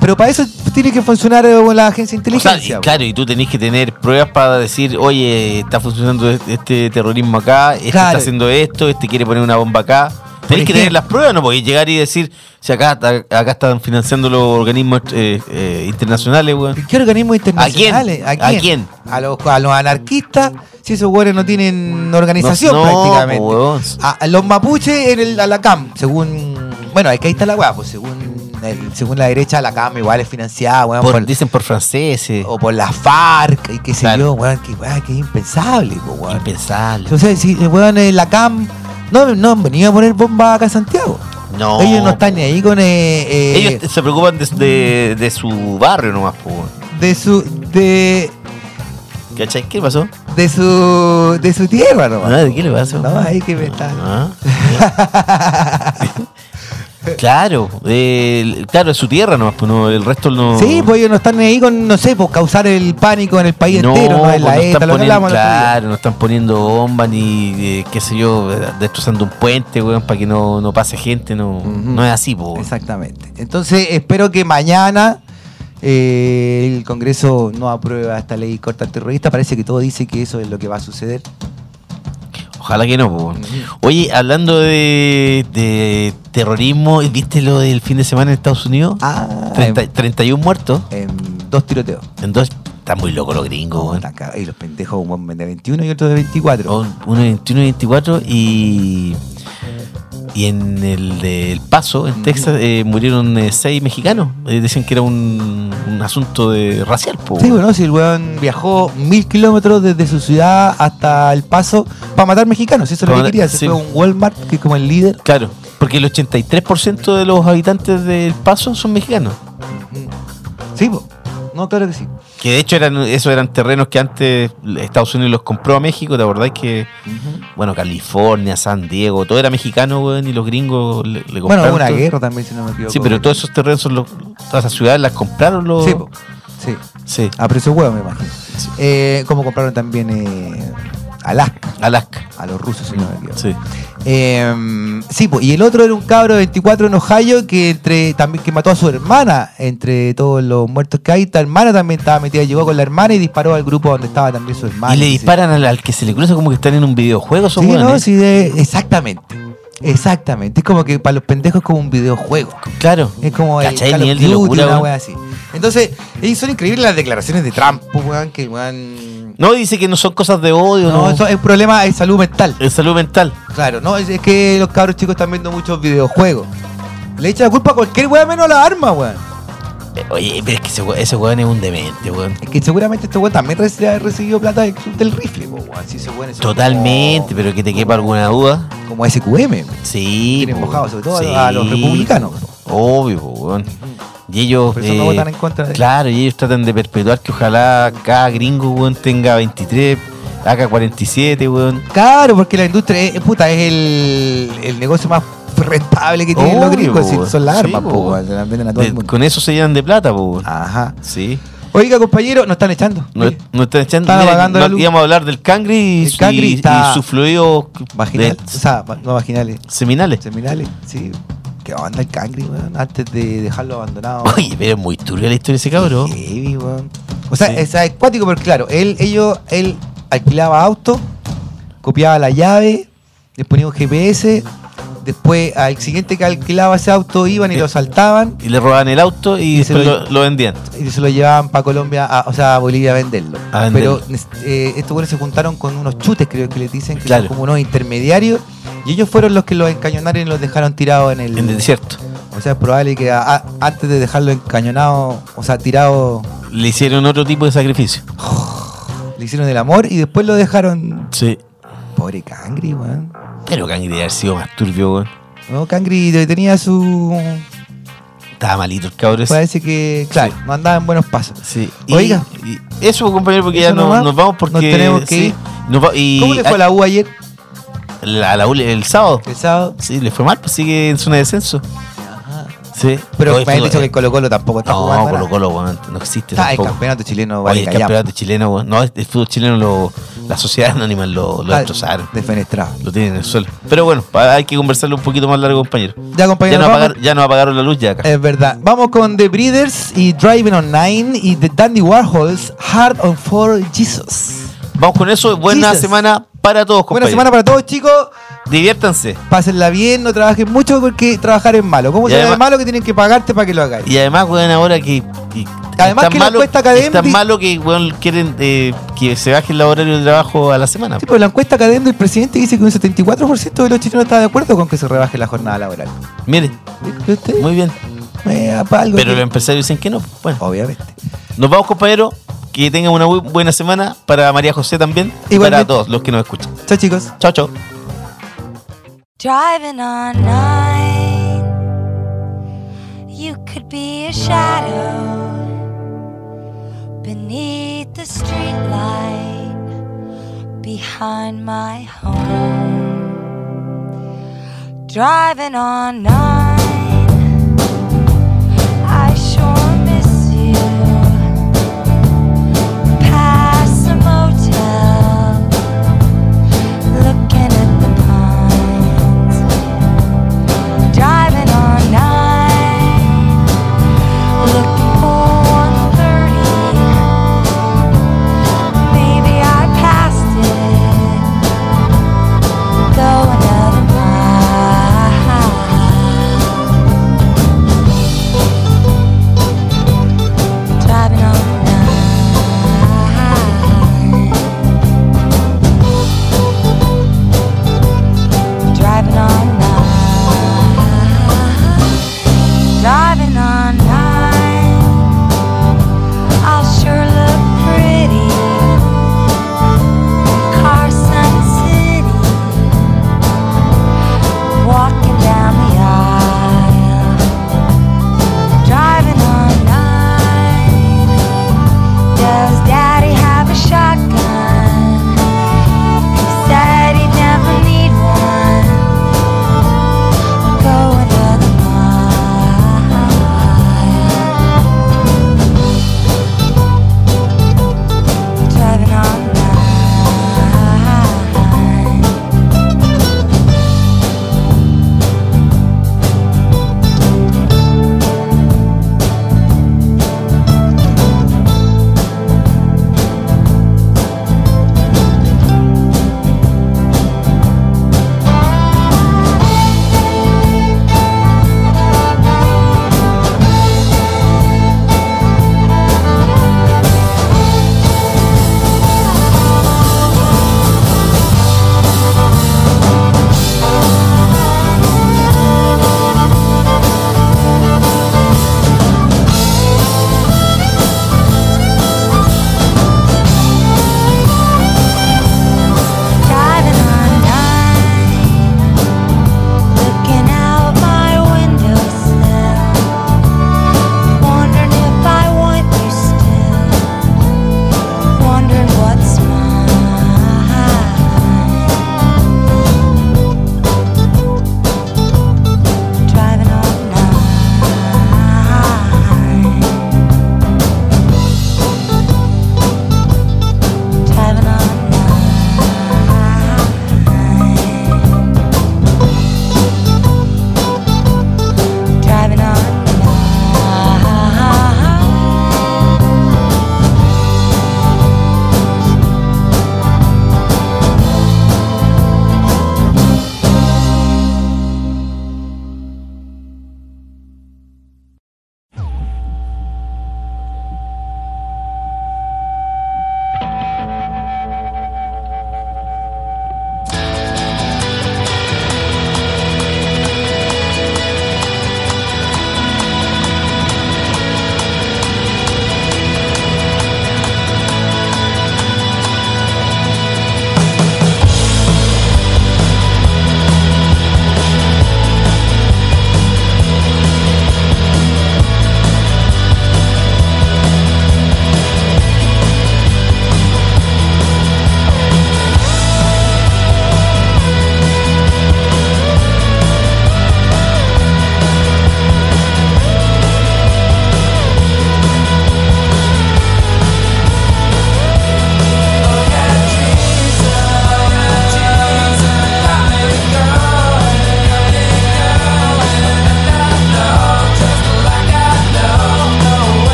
Speaker 2: Pero para eso tiene que funcionar eh, la agencia de
Speaker 1: O sea,
Speaker 2: inteligencia.
Speaker 1: y claro, y tú tenés que tener pruebas para decir, oye, está funcionando e- este terrorismo acá, este está
Speaker 2: Claro.
Speaker 1: haciendo esto, este quiere poner una bomba acá. Tenés que
Speaker 2: ejemplo.
Speaker 1: tener las pruebas, no podés llegar y decir, si acá, acá están financiando los organismos eh, eh, internacionales, weón.
Speaker 2: ¿Qué organismos internacionales?
Speaker 1: ¿A quién? ¿A quién?
Speaker 2: A los, a los anarquistas, si esos güeyes no tienen organización
Speaker 1: No, no,
Speaker 2: prácticamente.
Speaker 1: po, weón.
Speaker 2: Ah, A, a los mapuches en el Alacam, según. Bueno, es que ahí está la weá, pues según, el- según la derecha, Alacam igual es financiada, weón,
Speaker 1: Ah, Por-
Speaker 2: por-
Speaker 1: dicen por franceses,
Speaker 2: o por la FARC, y qué sé
Speaker 1: Claro.
Speaker 2: yo, weón, que, weá, que es impensable, po, weón.
Speaker 1: impensables.
Speaker 2: O sea, si el weón en la CAM no, no han venido a poner bomba acá a Santiago.
Speaker 1: No.
Speaker 2: Ellos no están ni ahí con eh, eh,
Speaker 1: Ellos se preocupan de, de- de su barrio nomás, po, weón.
Speaker 2: de su de,
Speaker 1: ¿Cachai? ¿Qué pasó?
Speaker 2: de su de su tierra nomás.
Speaker 1: Ah, ¿de qué le pasó?
Speaker 2: No, ahí que me está.
Speaker 1: Ah. claro, el- claro, es su tierra nomás, pues no, el resto no.
Speaker 2: Sí, pues ellos no están ni ahí con, no sé, por causar el pánico en el país
Speaker 1: no,
Speaker 2: entero, no
Speaker 1: pues
Speaker 2: en la
Speaker 1: no
Speaker 2: ETA,
Speaker 1: están
Speaker 2: lo que
Speaker 1: poniendo,
Speaker 2: hablamos el otro día.
Speaker 1: claro, no están poniendo bombas ni eh, qué sé yo, eh, destrozando un puente, weón, para que no, no pase gente, no, no es así, po.
Speaker 2: Exactamente. Entonces, espero que mañana eh, el Congreso no aprueba esta ley corta terrorista. Parece que todo dice que eso es lo que va a suceder.
Speaker 1: Ojalá que no, po. Oye, hablando de, de terrorismo, ¿viste lo del fin de semana en Estados Unidos?
Speaker 2: Ah,
Speaker 1: Treinta- 31 muertos
Speaker 2: en, en dos tiroteos.
Speaker 1: en dos. Están muy locos los gringos, weón.
Speaker 2: Puta, cabrón. Y los pendejos, un buen de 21 y otro de 24.
Speaker 1: Un- uno de 21 y 24 y y en el de El Paso, en Texas, eh, murieron eh, seis mexicanos. Eh, dicen que era un, un asunto de racial. po,
Speaker 2: Sí,
Speaker 1: weón.
Speaker 2: bueno, si el weón viajó mil kilómetros desde su ciudad hasta El Paso para matar mexicanos, eso es lo
Speaker 1: Para
Speaker 2: que
Speaker 1: matar-
Speaker 2: quería. Se
Speaker 1: sí.
Speaker 2: fue a un Walmart, que es como el líder.
Speaker 1: Claro, porque el 83% de los habitantes de El Paso son mexicanos.
Speaker 2: Sí, po. no, claro que sí.
Speaker 1: Que de hecho eran esos eran terrenos que antes Estados Unidos los compró a México, ¿te acordás que? Bueno, California, San Diego, todo era mexicano, weón, y los gringos le, le
Speaker 2: Bueno,
Speaker 1: compraron
Speaker 2: hubo una
Speaker 1: todo.
Speaker 2: guerra también, si no me equivoco.
Speaker 1: Sí, pero todos esos terrenos, son los- todas esas ciudades las compraron los...
Speaker 2: Sí, po. sí.
Speaker 1: sí.
Speaker 2: A precio huevo, me imagino. Eh, como compraron también eh, Alaska,
Speaker 1: Alaska.
Speaker 2: a los rusos, si no me equivoco.
Speaker 1: Sí.
Speaker 2: Eh, sí, po, y el otro era un cabro de 24 en Ohio que entre también que mató a su hermana entre todos los muertos que hay. Esta hermana también estaba metida, llegó con la hermana y disparó al grupo donde estaba también su hermana.
Speaker 1: y le
Speaker 2: Sí.
Speaker 1: disparan al, al que se le cruza como que están en un videojuego, esos
Speaker 2: Sí,
Speaker 1: weones.
Speaker 2: no, sí, de- exactamente. Exactamente. Es como que para los pendejos es como un videojuego.
Speaker 1: Claro.
Speaker 2: Es como
Speaker 1: ¿Cachai?
Speaker 2: Call of
Speaker 1: El nivel de
Speaker 2: Duty,
Speaker 1: locura,
Speaker 2: una
Speaker 1: weón.
Speaker 2: wea así. Entonces, y son increíbles las declaraciones de Trump, pues, weón, que el weón
Speaker 1: No, dice que no son cosas de odio, no.
Speaker 2: No, eso es un problema de salud mental.
Speaker 1: Es salud mental.
Speaker 2: Claro, no, es, es que los cabros chicos están viendo muchos videojuegos. Le echan la culpa a cualquier weá menos a la arma, weón.
Speaker 1: Eh, Oye, pero es que ese, we- ese weón es un demente, weón.
Speaker 2: Es que seguramente este weón también reci- ha recibido plata del club del rifle, po, weón. Si ese weón es
Speaker 1: Totalmente, pero que te quepa alguna duda.
Speaker 2: Como, como SQM,
Speaker 1: Sí.
Speaker 2: tienen
Speaker 1: po,
Speaker 2: mojado, sobre todo a-
Speaker 1: sí.
Speaker 2: a los republicanos. po.
Speaker 1: Obvio, po, weón. Y ellos. eh,
Speaker 2: Por eso no votan en contra de-
Speaker 1: Claro, y ellos tratan de perpetuar que ojalá cada gringo, weón, tenga 23, haga 47, weón.
Speaker 2: Claro, porque la industria es, puta, es el, el negocio más rentable que tienen los
Speaker 1: Obvio,
Speaker 2: gringos.
Speaker 1: po,
Speaker 2: si son las
Speaker 1: sí,
Speaker 2: armas,
Speaker 1: po,
Speaker 2: po,
Speaker 1: weón.
Speaker 2: weón, se las venden a todo el
Speaker 1: De-
Speaker 2: mundo.
Speaker 1: con eso se llenan de plata, po, weón.
Speaker 2: Ajá.
Speaker 1: Sí.
Speaker 2: Oiga, compañero, nos están echando.
Speaker 1: No,
Speaker 2: Sí.
Speaker 1: no están echando.
Speaker 2: Están
Speaker 1: mira,
Speaker 2: apagando
Speaker 1: no-
Speaker 2: la luz.
Speaker 1: Íbamos a hablar del cangri y,
Speaker 2: El cangri
Speaker 1: y- y
Speaker 2: está-
Speaker 1: sus fluidos
Speaker 2: Vaginal,
Speaker 1: de-
Speaker 2: o sea, va- no vaginales,
Speaker 1: seminales.
Speaker 2: seminales, sí. ¿Qué onda el cangri, weón? Antes de dejarlo abandonado.
Speaker 1: Oye, pero es muy turbia la historia de ese cabrón.
Speaker 2: Heavy, weón. O sea,
Speaker 1: Sí.
Speaker 2: es acuático, pero claro, él, ellos, él alquilaba auto, copiaba la llave, les ponía un GPS, después al siguiente que alquilaba ese auto iban y
Speaker 1: Eh.
Speaker 2: lo asaltaban
Speaker 1: Y le robaban el auto y,
Speaker 2: Y se
Speaker 1: después
Speaker 2: lo-
Speaker 1: lo, lo vendían.
Speaker 2: y se lo llevaban para Colombia, a- o sea, a Bolivia a venderlo.
Speaker 1: A venderlo.
Speaker 2: Pero eh, estos güeyes se juntaron con unos chutes, creo que les dicen, que
Speaker 1: Claro.
Speaker 2: son como unos intermediarios, y ellos fueron los que los encañonaron y los dejaron tirados en el...
Speaker 1: En el desierto.
Speaker 2: O sea, es probable que a- a- antes de dejarlo encañonado, o sea, tirado,
Speaker 1: Le hicieron otro tipo de sacrificio.
Speaker 2: le hicieron el amor y después lo dejaron
Speaker 1: Sí.
Speaker 2: Pobre Cangri, weón.
Speaker 1: Pero Cangri debe haber sido más turbio, weón.
Speaker 2: No, Cangri te- tenía su.
Speaker 1: Estaba malito el cabrón. ese.
Speaker 2: Parece que, claro, no andaba en buenos pasos.
Speaker 1: Sí.
Speaker 2: Oiga.
Speaker 1: y- eso, compañero, porque
Speaker 2: Eso
Speaker 1: ya no-
Speaker 2: nomás.
Speaker 1: nos vamos porque.
Speaker 2: Nos tenemos que
Speaker 1: sí,
Speaker 2: ir.
Speaker 1: nos va- y,
Speaker 2: ¿Cómo le fue a la U ayer?
Speaker 1: a la, la U le- el sábado?
Speaker 2: El sábado.
Speaker 1: Sí, le fue mal, pues sigue en zona de descenso. Sí.
Speaker 2: Pero
Speaker 1: Oye,
Speaker 2: me han
Speaker 1: fue-
Speaker 2: dicho que el Colo Colo tampoco está jugando.
Speaker 1: No,
Speaker 2: nada.
Speaker 1: Colo Colo, weón, no existe
Speaker 2: Está el
Speaker 1: tampoco.
Speaker 2: campeonato chileno,
Speaker 1: Oye,
Speaker 2: vale,
Speaker 1: el
Speaker 2: callado.
Speaker 1: campeonato chileno, weón. No, el el fútbol chileno, lo, la sociedad anónima lo, lo
Speaker 2: Está
Speaker 1: destrozaron.
Speaker 2: Defenestrado.
Speaker 1: Lo tienen en el suelo. Pero bueno, pa- hay que conversarlo un poquito más largo, compañero.
Speaker 2: Ya, compañero,
Speaker 1: Ya nos,
Speaker 2: vamos. Eh.
Speaker 1: apagar- ya nos apagaron la luz ya acá.
Speaker 2: Es verdad. Vamos con The Breeders y Driving on Nine y The Dandy Warhols, Hard on For Jesus.
Speaker 1: Vamos con eso. Buena
Speaker 2: Jesus.
Speaker 1: semana para todos,
Speaker 2: Buena
Speaker 1: compañeros.
Speaker 2: semana para todos, chicos.
Speaker 1: Diviértanse.
Speaker 2: Pásenla bien, no trabajen mucho porque trabajar es malo. ¿Cómo
Speaker 1: Y
Speaker 2: se llama
Speaker 1: además-
Speaker 2: malo que tienen que pagarte para que lo hagáis?
Speaker 1: Y además, weón, ahora que. que
Speaker 2: Además
Speaker 1: es tan
Speaker 2: que la encuesta académica-
Speaker 1: es tan malo que, weón, quieren eh, que se baje el horario de trabajo a la semana.
Speaker 2: Sí, pero la encuesta académica del presidente dice que un 74% de los chilenos está de acuerdo con que se rebaje la jornada laboral.
Speaker 1: Mire,
Speaker 2: ¿Y usted?
Speaker 1: muy bien.
Speaker 2: Eh, pa' algo
Speaker 1: Pero
Speaker 2: que-
Speaker 1: los empresarios dicen que no. Bueno,
Speaker 2: Obviamente.
Speaker 1: nos vamos, compañero. Que tengan una bu- buena semana para María José también y
Speaker 2: Igualmente.
Speaker 1: para todos los que nos escuchan.
Speaker 2: Chao, chicos.
Speaker 1: Chao, chao.
Speaker 4: Driving on nine, you could be a shadow beneath the streetlight behind my home. Driving on nine.